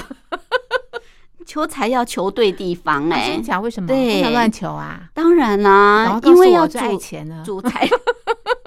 S5: 求财要求对地方
S1: 啊
S5: 哎
S1: 真、假？为什么不
S5: 对
S1: 能乱求啊？
S5: 当然
S1: 然
S5: 啦
S1: 后，告
S5: 因为
S1: 诉
S5: 要
S1: 我
S5: 主
S1: 最爱钱呢。
S5: 主财，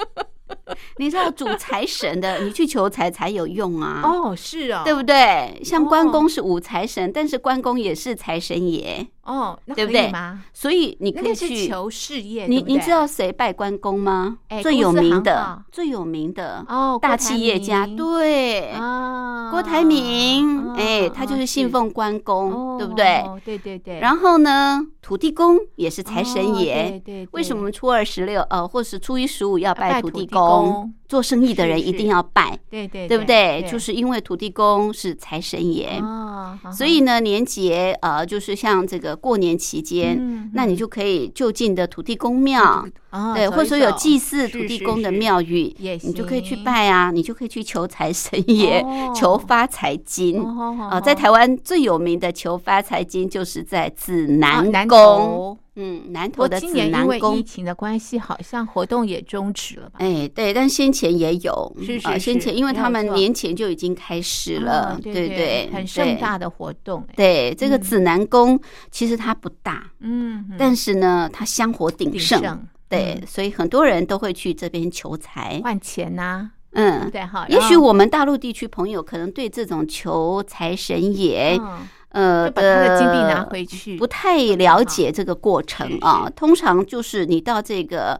S5: 你知道主财神的，你去求财才有用啊。
S1: 哦，是哦，
S5: 对不对？像关
S1: 哦
S5: 公是五财神，但是关公也是财神爷，
S1: 哦，那
S5: 对不
S1: 可以
S5: 对
S1: 吗？
S5: 所以你
S1: 那
S5: 可以
S1: 个是
S5: 去。
S1: 求事业，
S5: 你
S1: 对不
S5: 你
S1: 对
S5: 知道谁拜关公吗
S1: 哎？
S5: 最
S1: 公
S5: 有
S1: 司
S5: 名
S1: 行
S5: 的
S1: 号，
S5: 最有名的
S1: 哦，郭
S5: 大
S1: 台
S5: 企业家，
S1: 铭
S5: 对，
S1: 啊，
S5: 郭台铭，
S1: 啊
S5: 哎，他就是信，奉关
S1: 啊
S5: 公，对不对？？
S1: 哦对对对。
S5: 然后呢，土地公也是财
S1: 哦
S5: 神爷。
S1: 对对对
S5: 为什么初二、十六，呃，或是初一、十五要
S1: 拜
S5: 土
S1: 地
S5: 公？？做生意的人
S1: 是
S5: 一定要拜，
S1: 对对
S5: 对不对？就是是因为土地公是财神爷，
S1: 哦，好
S5: 所以呢，年节呃，就是像这个过年期间，
S1: 嗯
S5: 那你就可以就近的土地公庙，
S1: 好哦
S5: 对，
S1: 走
S5: 或
S1: 一
S5: 者说有
S1: 走
S5: 祭祀
S1: 是
S5: 土地
S1: 是
S5: 公的
S1: 是
S5: 庙宇，
S1: 也
S5: 你就可以去
S1: 行
S5: 拜啊，你就可以去求财神爷，求
S1: 哦
S5: 发财金。
S1: 哦好好
S5: 啊，在
S1: 好
S5: 台湾最有名的求发财金就是在指
S1: 啊
S5: 南
S1: 南
S5: 宫，
S1: 投哦
S5: 嗯，南投
S1: 我
S5: 的
S1: 今
S5: 指
S1: 年因
S5: 南
S1: 为疫
S5: 宫。
S1: 情的关系，好像活动也终止了吧？
S5: 哎，对，但先前也有，
S1: 是
S5: 啊
S1: 是
S5: 先
S1: 是
S5: 前因为
S1: 没有
S5: 他们
S1: 错
S5: 年前就已经开始了，
S1: 啊对
S5: 对对，
S1: 很
S5: 对
S1: 盛大的活动，哎，
S5: 对，这个
S1: 嗯
S5: 指南宫其实它不大，
S1: 嗯，嗯
S5: 但是呢，它香火鼎
S1: 鼎
S5: 盛，
S1: 盛，
S5: 对，所以很多人都会去这边求财
S1: 嗯，。换钱呐，对不
S5: 嗯，
S1: 对哦哈？
S5: 也
S1: 然
S5: 许
S1: 后
S5: 我们大陆地区朋友可能对这种求财神爷，
S1: 嗯
S5: 呃
S1: 就把他的金币拿回去，
S5: 不太了解这个过程
S1: 是
S5: 啊
S1: 是。
S5: 通常就是你到这个。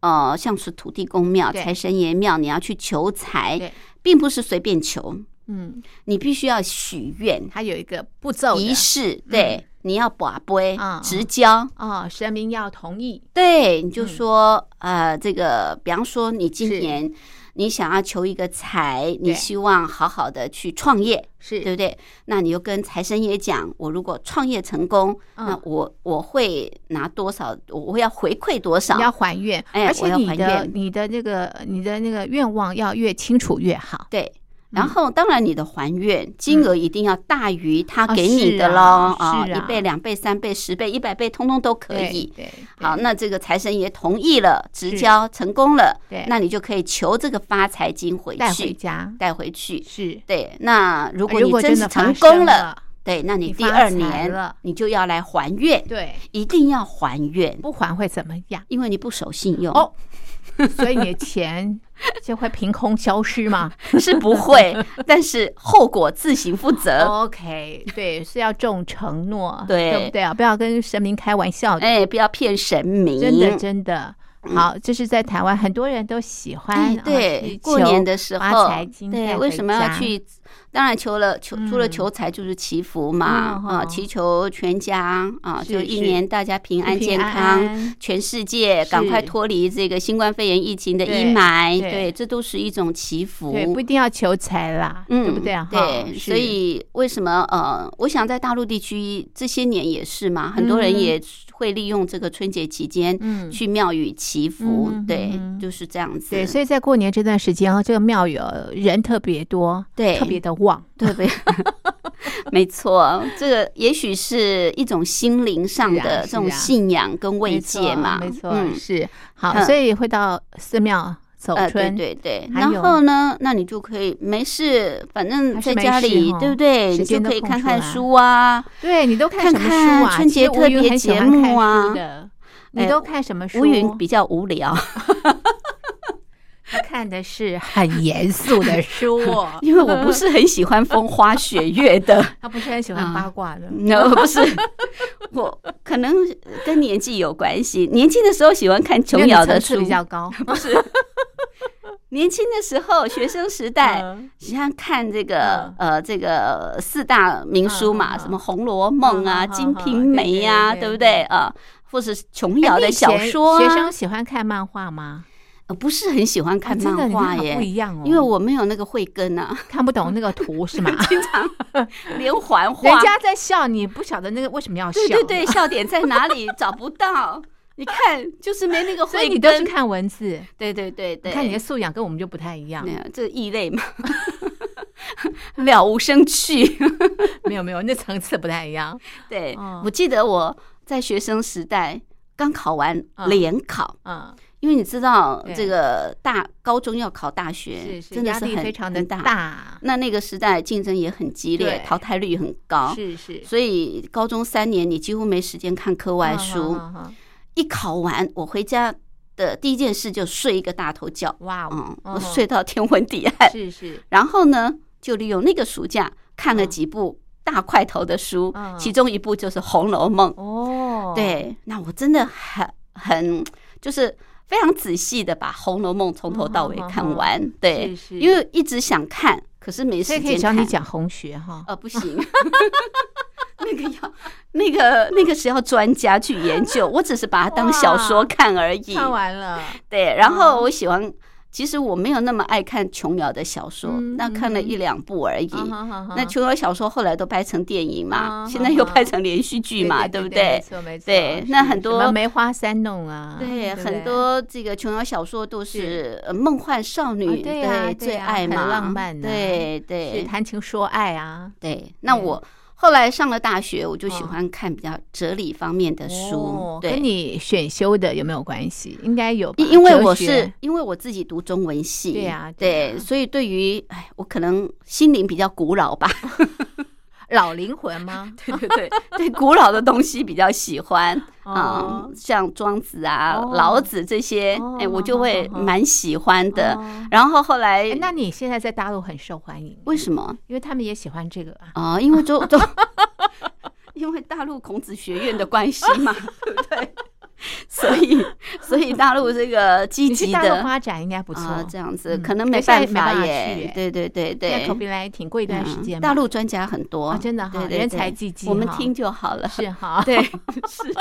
S5: 呃，像是土地公庙、
S1: 对
S5: 财神爷庙，你要去求财
S1: 对，
S5: 并不是随便求，
S1: 嗯，
S5: 你必须要许愿，
S1: 它有一个步骤的
S5: 仪式，对，你要把杯
S1: 嗯
S5: 直交，
S1: 哦，神明要同意，
S5: 对，你就
S1: 嗯
S5: 说呃，这个，比方说你今
S1: 是
S5: 年你想要求一个财，你
S1: 对
S5: 希望好好的去创业，
S1: 是
S5: 对不对？那你就跟财神爷讲，我如果创业成功，那
S1: 嗯
S5: 我我会拿多少，我会要回馈多少
S1: 你？要还愿，
S5: 哎
S1: 而
S5: 我
S1: 且
S5: 要
S1: 你
S5: 还
S1: 的
S5: 愿
S1: 你的那个你的那个愿望要越清楚越好。
S5: 对。
S1: 嗯
S5: 然后，当然你的还愿金额一定要大于他
S1: 啊
S5: 给
S1: 嗯是
S5: 你的喽
S1: 啊
S5: 啊，
S1: 是
S5: 一
S1: 啊
S5: 倍、两倍、三倍、十倍、一百倍，通通都可
S1: 对
S5: 以。
S1: 对，
S5: 好，
S1: 对
S5: 那这个财神爷同意了，直
S1: 是
S5: 交成功了，
S1: 对
S5: 那你就可以求这个发财金回去，
S1: 带回家
S5: 带回去。
S1: 是。
S5: 对，那如
S1: 如
S5: 果你
S1: 真
S5: 是
S1: 的
S5: 成
S1: 成
S5: 功
S1: 功
S5: 了，
S1: 了，
S5: 对，那你
S1: 你
S5: 第
S1: 发
S5: 二
S1: 财
S5: 年
S1: 了
S5: 你就要来还愿，
S1: 对，
S5: 一定要还愿，
S1: 不还会怎么样？
S5: 因为你不守信用，
S1: 哦，所以你的钱就会凭空消失 吗
S5: 是不会， 但是后果自行负责。
S1: 哦？OK，对，是要重承诺，
S5: 呃对
S1: 对不对啊？不要跟神明开玩笑的，
S5: 哎，不要骗神明，
S1: 真的真的。好，这是在台湾很多人都喜欢
S5: 嗯哎，，
S1: 啊
S5: 对
S1: 去，
S5: 过
S1: 求
S5: 年的时
S1: 发
S5: 候
S1: 财金，带
S5: 对，
S1: 回
S5: 为什么要
S1: 家？
S5: 去？当然，求了求，除了
S1: 嗯
S5: 求财就是祈福嘛，
S1: 嗯
S5: 啊，
S1: 哦
S5: 祈求全家啊，
S1: 是
S5: 就一
S1: 是
S5: 年大家平安
S1: 平
S5: 健
S1: 安
S5: 康，
S1: 安
S5: 全世界赶快
S1: 是
S5: 脱离这个新冠肺炎疫情的
S1: 对
S5: 阴霾，
S1: 对
S5: 对，这都是一种祈福。
S1: 对，不一定要求财啦，
S5: 嗯，
S1: 对不对啊？哈
S5: 对，
S1: 是
S5: 所以为什么呃，我想在大陆地区这些年也是嘛，很多人
S1: 嗯
S5: 也会利用这个春节期间
S1: 嗯
S5: 去庙宇祈福
S1: 嗯，
S5: 对
S1: 嗯，
S5: 就是这样子。
S1: 对，所以在过年这段时间哦，这个庙宇哦人特别多，
S5: 对
S1: 特别的旺，
S5: 对 不对？没错，这个也许是一种心灵上
S1: 是啊
S5: 的
S1: 是
S5: 这种
S1: 啊
S5: 信仰跟慰
S1: 没
S5: 藉嘛，
S1: 错没错，
S5: 嗯，
S1: 是好，
S5: 嗯
S1: 所以会到寺庙走
S5: 呃，对
S1: 春，
S5: 对对。
S1: 还有
S5: 然后呢，那你就可以没事，反正
S1: 还是
S5: 在
S1: 没
S5: 家
S1: 事
S5: 里，
S1: 哦
S5: 对不
S1: 时
S5: 对？你就
S1: 间都
S5: 可以
S1: 空
S5: 看
S1: 出
S5: 看
S1: 来
S5: 书啊，
S1: 对你都看
S5: 看
S1: 什么
S5: 看
S1: 书啊？
S5: 春
S1: 其
S5: 节
S1: 实吴
S5: 特
S1: 云
S5: 别
S1: 很喜
S5: 节
S1: 欢看
S5: 目啊
S1: 书的，你
S5: 哎
S1: 都看什么书？
S5: 吴云比较 无聊，
S1: 他看的是很严肃的书 哦，
S5: 因为我不是很喜欢风花雪月的，
S1: 他不是很喜
S5: 嗯
S1: 欢八卦的。
S5: no, 不是，我可能跟年纪有关系。年轻的时候喜欢看琼
S1: 因为你
S5: 瑶的
S1: 层次
S5: 书
S1: 比，较 高，
S5: 年轻的时候学生时代。
S1: 嗯
S5: 喜欢看这个呃，这个四大名书嘛，
S1: 嗯嗯嗯
S5: 什么《红楼梦》啊，
S1: 嗯嗯嗯嗯
S5: 金瓶梅》呀，
S1: 对对
S5: 对不
S1: 对
S5: 对啊？或是琼瑶
S1: 哎
S5: 的
S1: 你以
S5: 小
S1: 前
S5: 说
S1: 学
S5: 啊
S1: 生，喜欢看漫画吗？
S5: 呃不是很喜欢看
S1: 啊真的
S5: 漫
S1: 你
S5: 画
S1: 好不
S5: 耶，
S1: 一样哦，
S5: 因为我没有那个慧 根啊，
S1: 看不懂那个图是 吗？
S5: 经常连环 画，
S1: 人家在笑，你不晓得那个为什么要笑，
S5: 对对对，，笑点在哪里找不到？ 你看，就是没那 个
S1: 所以
S5: 慧
S1: 你都是
S5: 根。
S1: 看文字，
S5: 对对对对，
S1: 你看你的素养跟我们就不太一样
S5: 没，有这异类嘛， 了无生趣。
S1: 没有没有，那层次不太一样
S5: 对，
S1: 哦
S5: 我记得我在学生时代刚考完
S1: 嗯
S5: 联考，
S1: 啊，
S5: 因为你知道
S1: 对
S5: 这个大高中要考大
S1: 是
S5: 学，
S1: 是，
S5: 真的
S1: 压
S5: 是
S1: 力
S5: 很
S1: 非常的
S5: 很大。
S1: 大，
S5: 那那个时代竞争也很激烈
S1: 对，
S5: 淘汰率很高，
S1: 是是，
S5: 所以高中三年你几乎没时间看课外
S1: 嗯
S5: 书。
S1: 嗯嗯嗯
S5: 一考完，我回家的第一件事就睡一个大头觉，
S1: 哇哦
S5: 嗯，， 我
S1: 嗯
S5: 睡到天昏地暗。
S1: 是是
S5: 然后呢，就利用那个暑假看了
S1: 嗯
S5: 几部大块头的书，
S1: 嗯
S5: 其中一部就是《红楼梦》。
S1: 哦，，
S5: 对，那我真的很很就是非常仔细的把《红楼梦》从头到
S1: 嗯
S5: 尾看完。对，
S1: 是是
S5: 因为一直想看，可是没
S1: 所
S5: 时
S1: 以可以
S5: 间
S1: 找你
S5: 看。
S1: 讲红学哈，
S5: 呃，不行。 那个要，那个那个是要专家去研究，我只是把它当小说看而已。
S1: 看完了，嗯
S5: 对，然后我喜欢其实我没有那么爱看琼瑶的小说，
S1: 嗯
S5: 那看了
S1: 嗯
S5: 一两部而已。那
S1: 那
S5: 琼瑶小说后来都拍成电影嘛，
S1: 啊
S5: 现在
S1: 哈
S5: 又
S1: 哈
S5: 拍成连续剧嘛，
S1: 对
S5: 不
S1: 对？没
S5: 对？
S1: 错，没错。
S5: 对那很
S1: 什么
S5: 多
S1: 梅花三弄啊，
S5: 对，
S1: 不
S5: 很多这个琼瑶小说都是呃梦幻少女，
S1: 啊对呀对
S5: 最
S1: 呀
S5: 爱
S1: 很
S5: 嘛，
S1: 浪漫呐
S5: 对
S1: 是
S5: 对
S1: 谈情说爱啊，
S5: 对。那
S1: 对
S5: 我后来上了大学，我就喜
S1: 哦
S5: 欢看比较哲理方面的书
S1: 哦，
S5: 对
S1: 跟。你选修的有没有关系？应该有吧，
S5: 因因为
S1: 哲
S5: 我
S1: 学
S5: 是因为我自己读中文系，
S1: 对呀对
S5: 对
S1: 呀
S5: 所以对于哎，我可能心灵比较古老 吧，
S1: 老灵魂吗？
S5: 对对对对，古老的东西比较喜欢啊、
S1: 哦
S5: 像庄子啊、
S1: 哦
S5: 老子这些，哎、
S1: 哦
S5: 我就会
S1: 哦哦哦
S5: 蛮喜欢的。
S1: 哦
S5: 然后后来，
S1: 哎那你现在在大陆很受欢迎，
S5: 为什么？
S1: 因为他们也喜欢这个啊。
S5: 哦，因为 中中，因为大陆孔子学院的关系 嘛，对不对？所以，所以大陆这个积
S1: 你去
S5: 极
S1: 大陆
S5: 的
S1: 发展应该不错，
S5: 啊，这样子
S1: 嗯
S5: 可能
S1: 可
S5: 没
S1: 现在
S5: 办
S1: 没办法
S5: 法
S1: 去耶
S5: 耶。对对对
S1: 现在
S5: 对，
S1: 口鼻来挺过一段时间
S5: 嗯
S1: 嘛，
S5: 大陆专家很多
S1: 啊，真的哈
S5: 对对对
S1: 人才济济
S5: 我们
S1: 哈
S5: 听就好了。
S1: 是哈，
S5: 对， 是，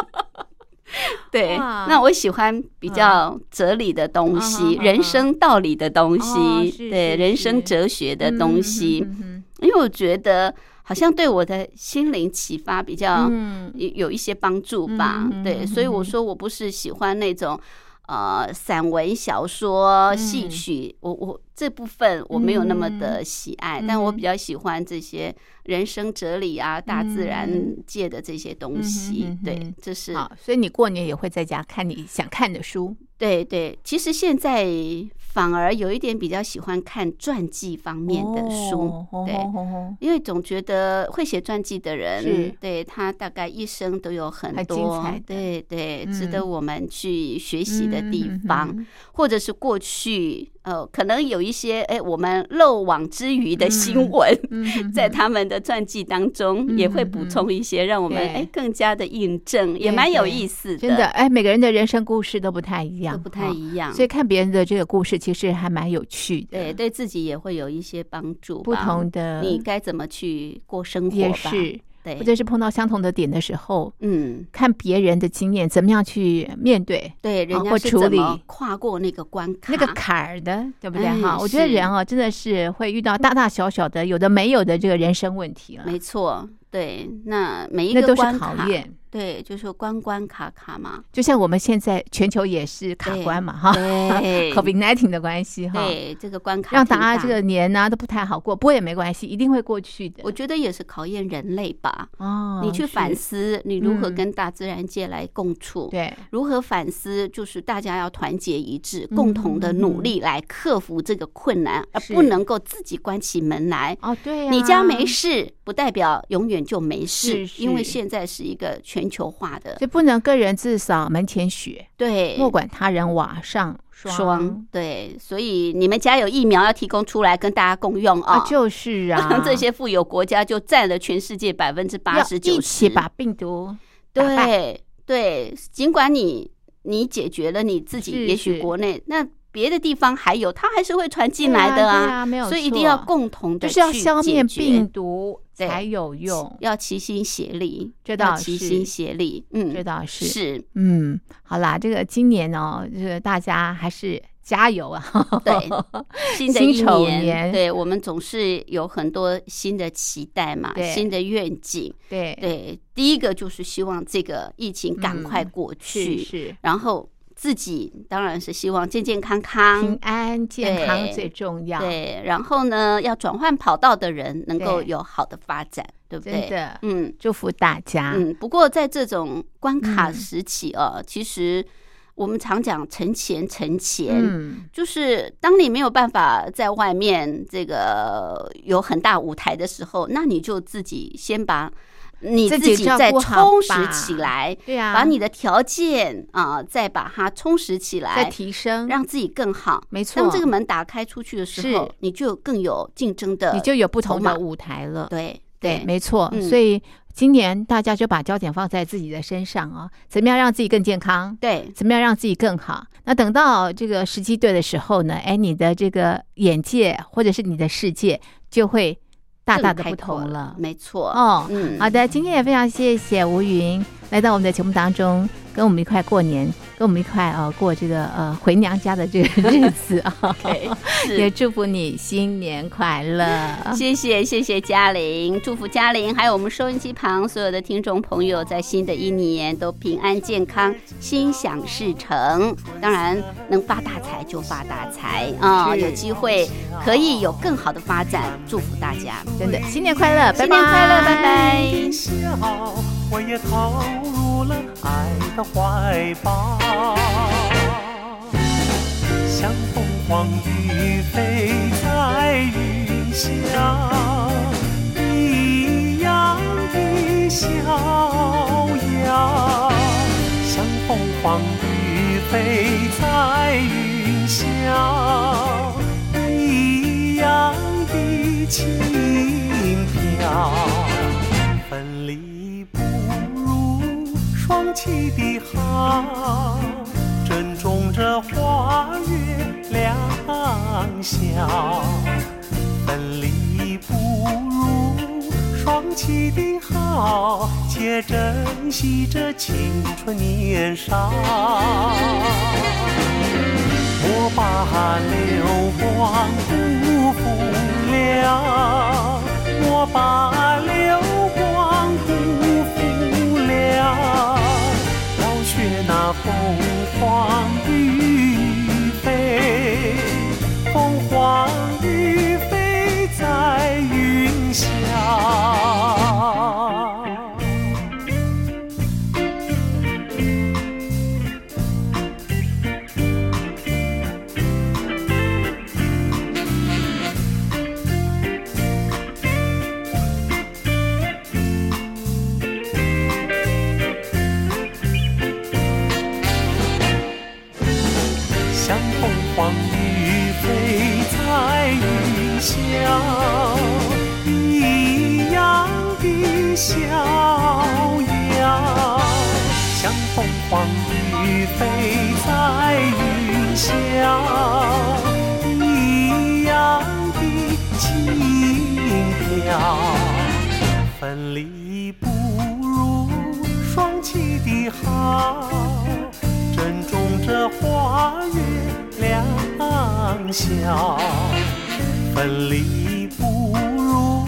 S5: 对。
S1: 哇
S5: 那我喜欢比较哲理的东西，
S1: 嗯
S5: 人生道理的东西，
S1: 哦是
S5: 对
S1: 是
S5: 人生
S1: 是
S5: 哲学的
S1: 嗯
S5: 东西，
S1: 嗯嗯
S5: 因为我觉得好像对我的心灵启发比较
S1: 嗯
S5: 有有一些帮助吧。
S1: 嗯嗯嗯
S5: 对，
S1: 嗯
S5: 所以我
S1: 嗯
S5: 说我不是喜欢那种。呃，散文、小说、
S1: 嗯
S5: 戏曲，我我这部分我没有那么的喜爱，但我
S1: 嗯
S5: 比较喜欢这些人生哲理啊、大自然界的这些东
S1: 嗯嗯哼
S5: 西。
S1: 嗯哼
S5: 对，这是
S1: 嗯好，所以你过年也会在家看你想看的书，
S5: 对对。其实现在反而有一点比较喜欢看传记方面的书，
S1: 哦
S5: 对。
S1: 哦哦
S5: 因为总觉得会写传记的
S1: 是
S5: 人，对他大概一生都有很
S1: 很精
S5: 多
S1: 彩的，
S5: 对对，
S1: 嗯
S5: 值得我们去学习的地
S1: 嗯
S5: 方，
S1: 嗯
S5: 或者是过去呃，可能有一些哎我们漏网之鱼的新闻，
S1: 嗯嗯
S5: 在他们的传记当中
S1: 嗯
S5: 也会补充一些，让我们
S1: 对
S5: 哎更加的印证，也蛮有意思的，
S1: 真的，哎，每个人的人生故事都不太一样，
S5: 都不太
S1: 样，
S5: 一样，
S1: 所以看别人的这个故事其实还蛮有趣的，
S5: 对，对自己也会有一些帮助吧，
S1: 不同的
S5: 你该怎么去过生活吧，
S1: 也是，
S5: 对
S1: 或，者是碰到相同的点的时候，
S5: 嗯。
S1: 看别人的经验怎么样去面对
S5: 对，人
S1: 啊或
S5: 家是
S1: 处
S5: 怎么
S1: 理
S5: 跨过那个关卡？
S1: 那个坎儿的，对不对
S5: 哎
S1: 哈？我觉得
S5: 是
S1: 人啊，真的是会遇到大大小小的有的没有的这个人生问题了，
S5: 没错，对，那每一
S1: 那
S5: 个
S1: 都是
S5: 关
S1: 考
S5: 卡，
S1: 验。
S5: 对，就是关关卡卡嘛，
S1: 就像我们现在全球也是卡
S5: 对
S1: 关嘛哈
S5: 对
S1: ，COVID nineteen 的关系啊哈，
S5: 对，这个关卡
S1: 让
S5: 挺
S1: 大家
S5: 大
S1: 这个，年呢、都不太好过，不过也没关系，一定会过去的。
S5: 我觉得也是考验人类吧。
S1: 哦，
S5: 你去
S1: 是
S5: 反思，你如何
S1: 嗯
S5: 跟大自然界来共处？
S1: 对，
S5: 如何反思，就是大家要团结一致，
S1: 嗯
S5: 共同的努力来克服这个困难，而
S1: 是
S5: 不能够自己关起门来。
S1: 哦对呀、
S5: 你家没，事，不代表永远就没事，
S1: 是
S5: 因为
S1: 是
S5: 现在是一个全球化的，
S1: 就不能个人自扫门前雪，
S5: 对，
S1: 莫管他人瓦上霜。
S5: 双对，所以你们家有疫苗要提供出来跟大家共用
S1: 啊
S5: 啊，，
S1: 就是
S5: 不
S1: 啊
S5: 能，这些富有国家就占了全世界百分之八
S1: 要
S5: 十
S1: 一
S5: 九
S1: 起
S5: 十，
S1: 把病毒打败
S5: 对对，尽管你你解决了你自
S1: 是
S5: 己，也许
S1: 是
S5: 国内那别的地方还有，它还是会传进来
S1: 对
S5: 的
S1: 啊对啊没有
S5: 所以一定
S1: 错
S5: 要共同的
S1: 就是要消灭病
S5: 病，
S1: 毒
S5: 对
S1: 才有用，
S5: 要齐心协力，
S1: 这
S5: 要
S1: 倒
S5: 齐
S1: 是
S5: 心协力，嗯，
S1: 这倒是。
S5: 是
S1: 嗯，好啦，这个今年哦，就是大家还是加油啊！
S5: 对新的
S1: 辛
S5: 一
S1: 丑
S5: 年，
S1: 年
S5: 对我们总是有很多新的期待嘛
S1: 对，
S5: 新的愿景。
S1: 对
S5: 对，第一个就是希望这个疫情赶快
S1: 嗯
S5: 过
S1: 是
S5: 去，
S1: 是，
S5: 然后自己当然是希望健健康
S1: 平
S5: 康。
S1: 安健康
S5: 对
S1: 最重要。
S5: 对，然后呢，要转换跑道的人能够
S1: 对
S5: 有好的发展，对不
S1: 真
S5: 对？
S1: 的，
S5: 嗯
S1: 祝福大家。
S5: 嗯。不过在这种关卡
S1: 啊嗯
S5: 时期哦，其实我们常讲存钱，存钱。
S1: 嗯，
S5: 就是当你没有办法在外面这个有很大舞台的时候，那你就自己先把你
S1: 自
S5: 自
S1: 己
S5: 己
S1: 照
S5: 再
S1: 顾好
S5: 充实
S1: 吧
S5: 起来，
S1: 对啊呀、
S5: 把你的条件啊、再把它充实起
S1: 再
S5: 来，
S1: 提升，
S5: 让自己更好。
S1: 没错，
S5: 当这个门打开出去的时候
S1: 是，
S5: 你就更有竞争的筹码，
S1: 你就有不同的舞台了。
S5: 对
S1: 对，没错。
S5: 嗯
S1: 所以今年大家就把焦点放在自己的身上啊、怎么样让自己更健康？
S5: 对
S1: 怎么样让自己更好？那等到这个时机对的时候呢，哎，你的这个眼界或者是你的世界就会大大的
S5: 更开
S1: 不
S5: 阔
S1: 同了。
S5: 没错。
S1: 哦，
S5: 嗯
S1: 好的，今天也非常谢谢吴云来到我们的节目当中，跟我们一块过年，跟我们一块呃过这个呃回娘家的这 个日子啊。
S5: OK，是
S1: 也祝福你新年快乐。
S5: 谢谢谢谢嘉玲，祝福嘉玲，还有我们收音机旁所有的听众朋友，在新的一年都平安健康，心想事成。当然，能发大财就发大财啊、有机会可以有更好的发展，祝福大家，
S1: 真的，新年快乐，拜拜
S5: 新年快乐，拜拜。
S7: 笑，我也投入了爱的怀抱，像凤凰于飞在云霄，一样的逍遥，像凤凰于飞在云霄，一样的轻飘。分离不如双栖的好，珍重这花月良宵。分离不如双栖的好，且珍惜这青春年少。莫把流光辜负了，莫把流光辜负了，要学那凤凰于飞，凤凰于飞在云霄。像凤凰于飞在云霄，一样的逍遥。像凤凰于飞在云霄，一样的轻飘。分离不如双栖的好，珍重这花月良宵。分离不如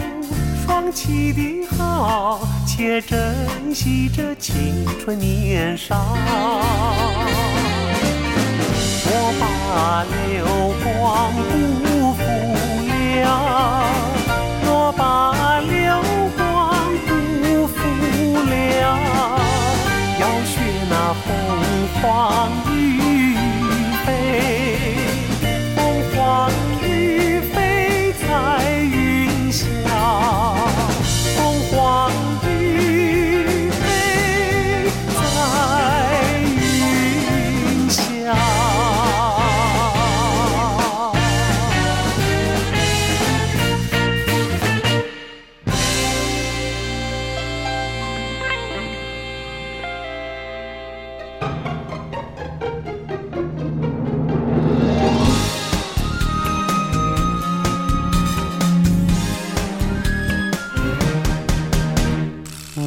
S7: 双栖的好，且珍惜这青春年少。我把流光辜负了，我把流光辜负了，要学那凤凰于飞，凤凰于飞在云霄，凤凰于飞在云霄。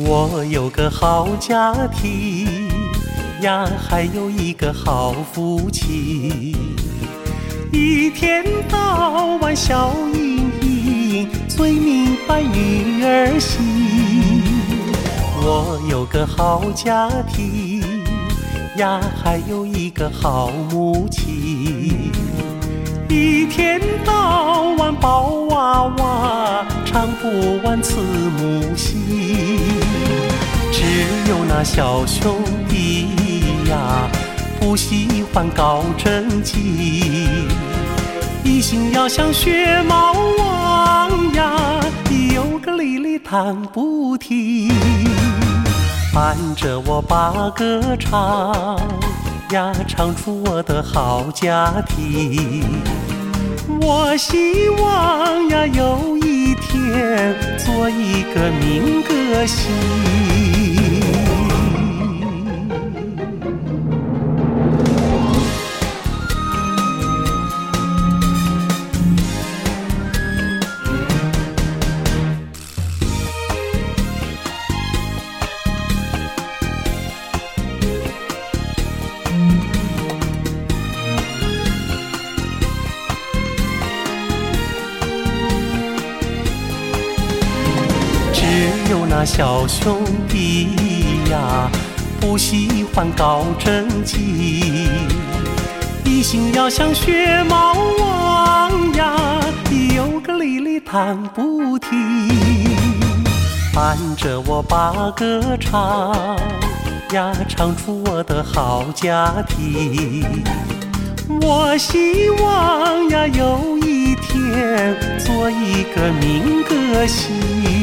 S7: 我有个好家庭呀，还有一个好夫妻，一天到晚笑盈盈，最明白女儿心。我有个好家庭呀，还有一个好母亲。一天到晚抱娃娃，唱不完慈母心。只有那小兄弟呀，不喜欢搞政绩，一心要想学猫王呀，有个哩哩弹不停。伴着我把歌唱呀，唱出我的好家庭。我希望呀，有一天做一个民歌星。呀，小兄弟呀，不喜欢搞政绩，一心要想学猫王呀，有个理里弹不停。伴着我把歌唱呀，唱出我的好家庭。我希望呀，有一天做一个民歌星。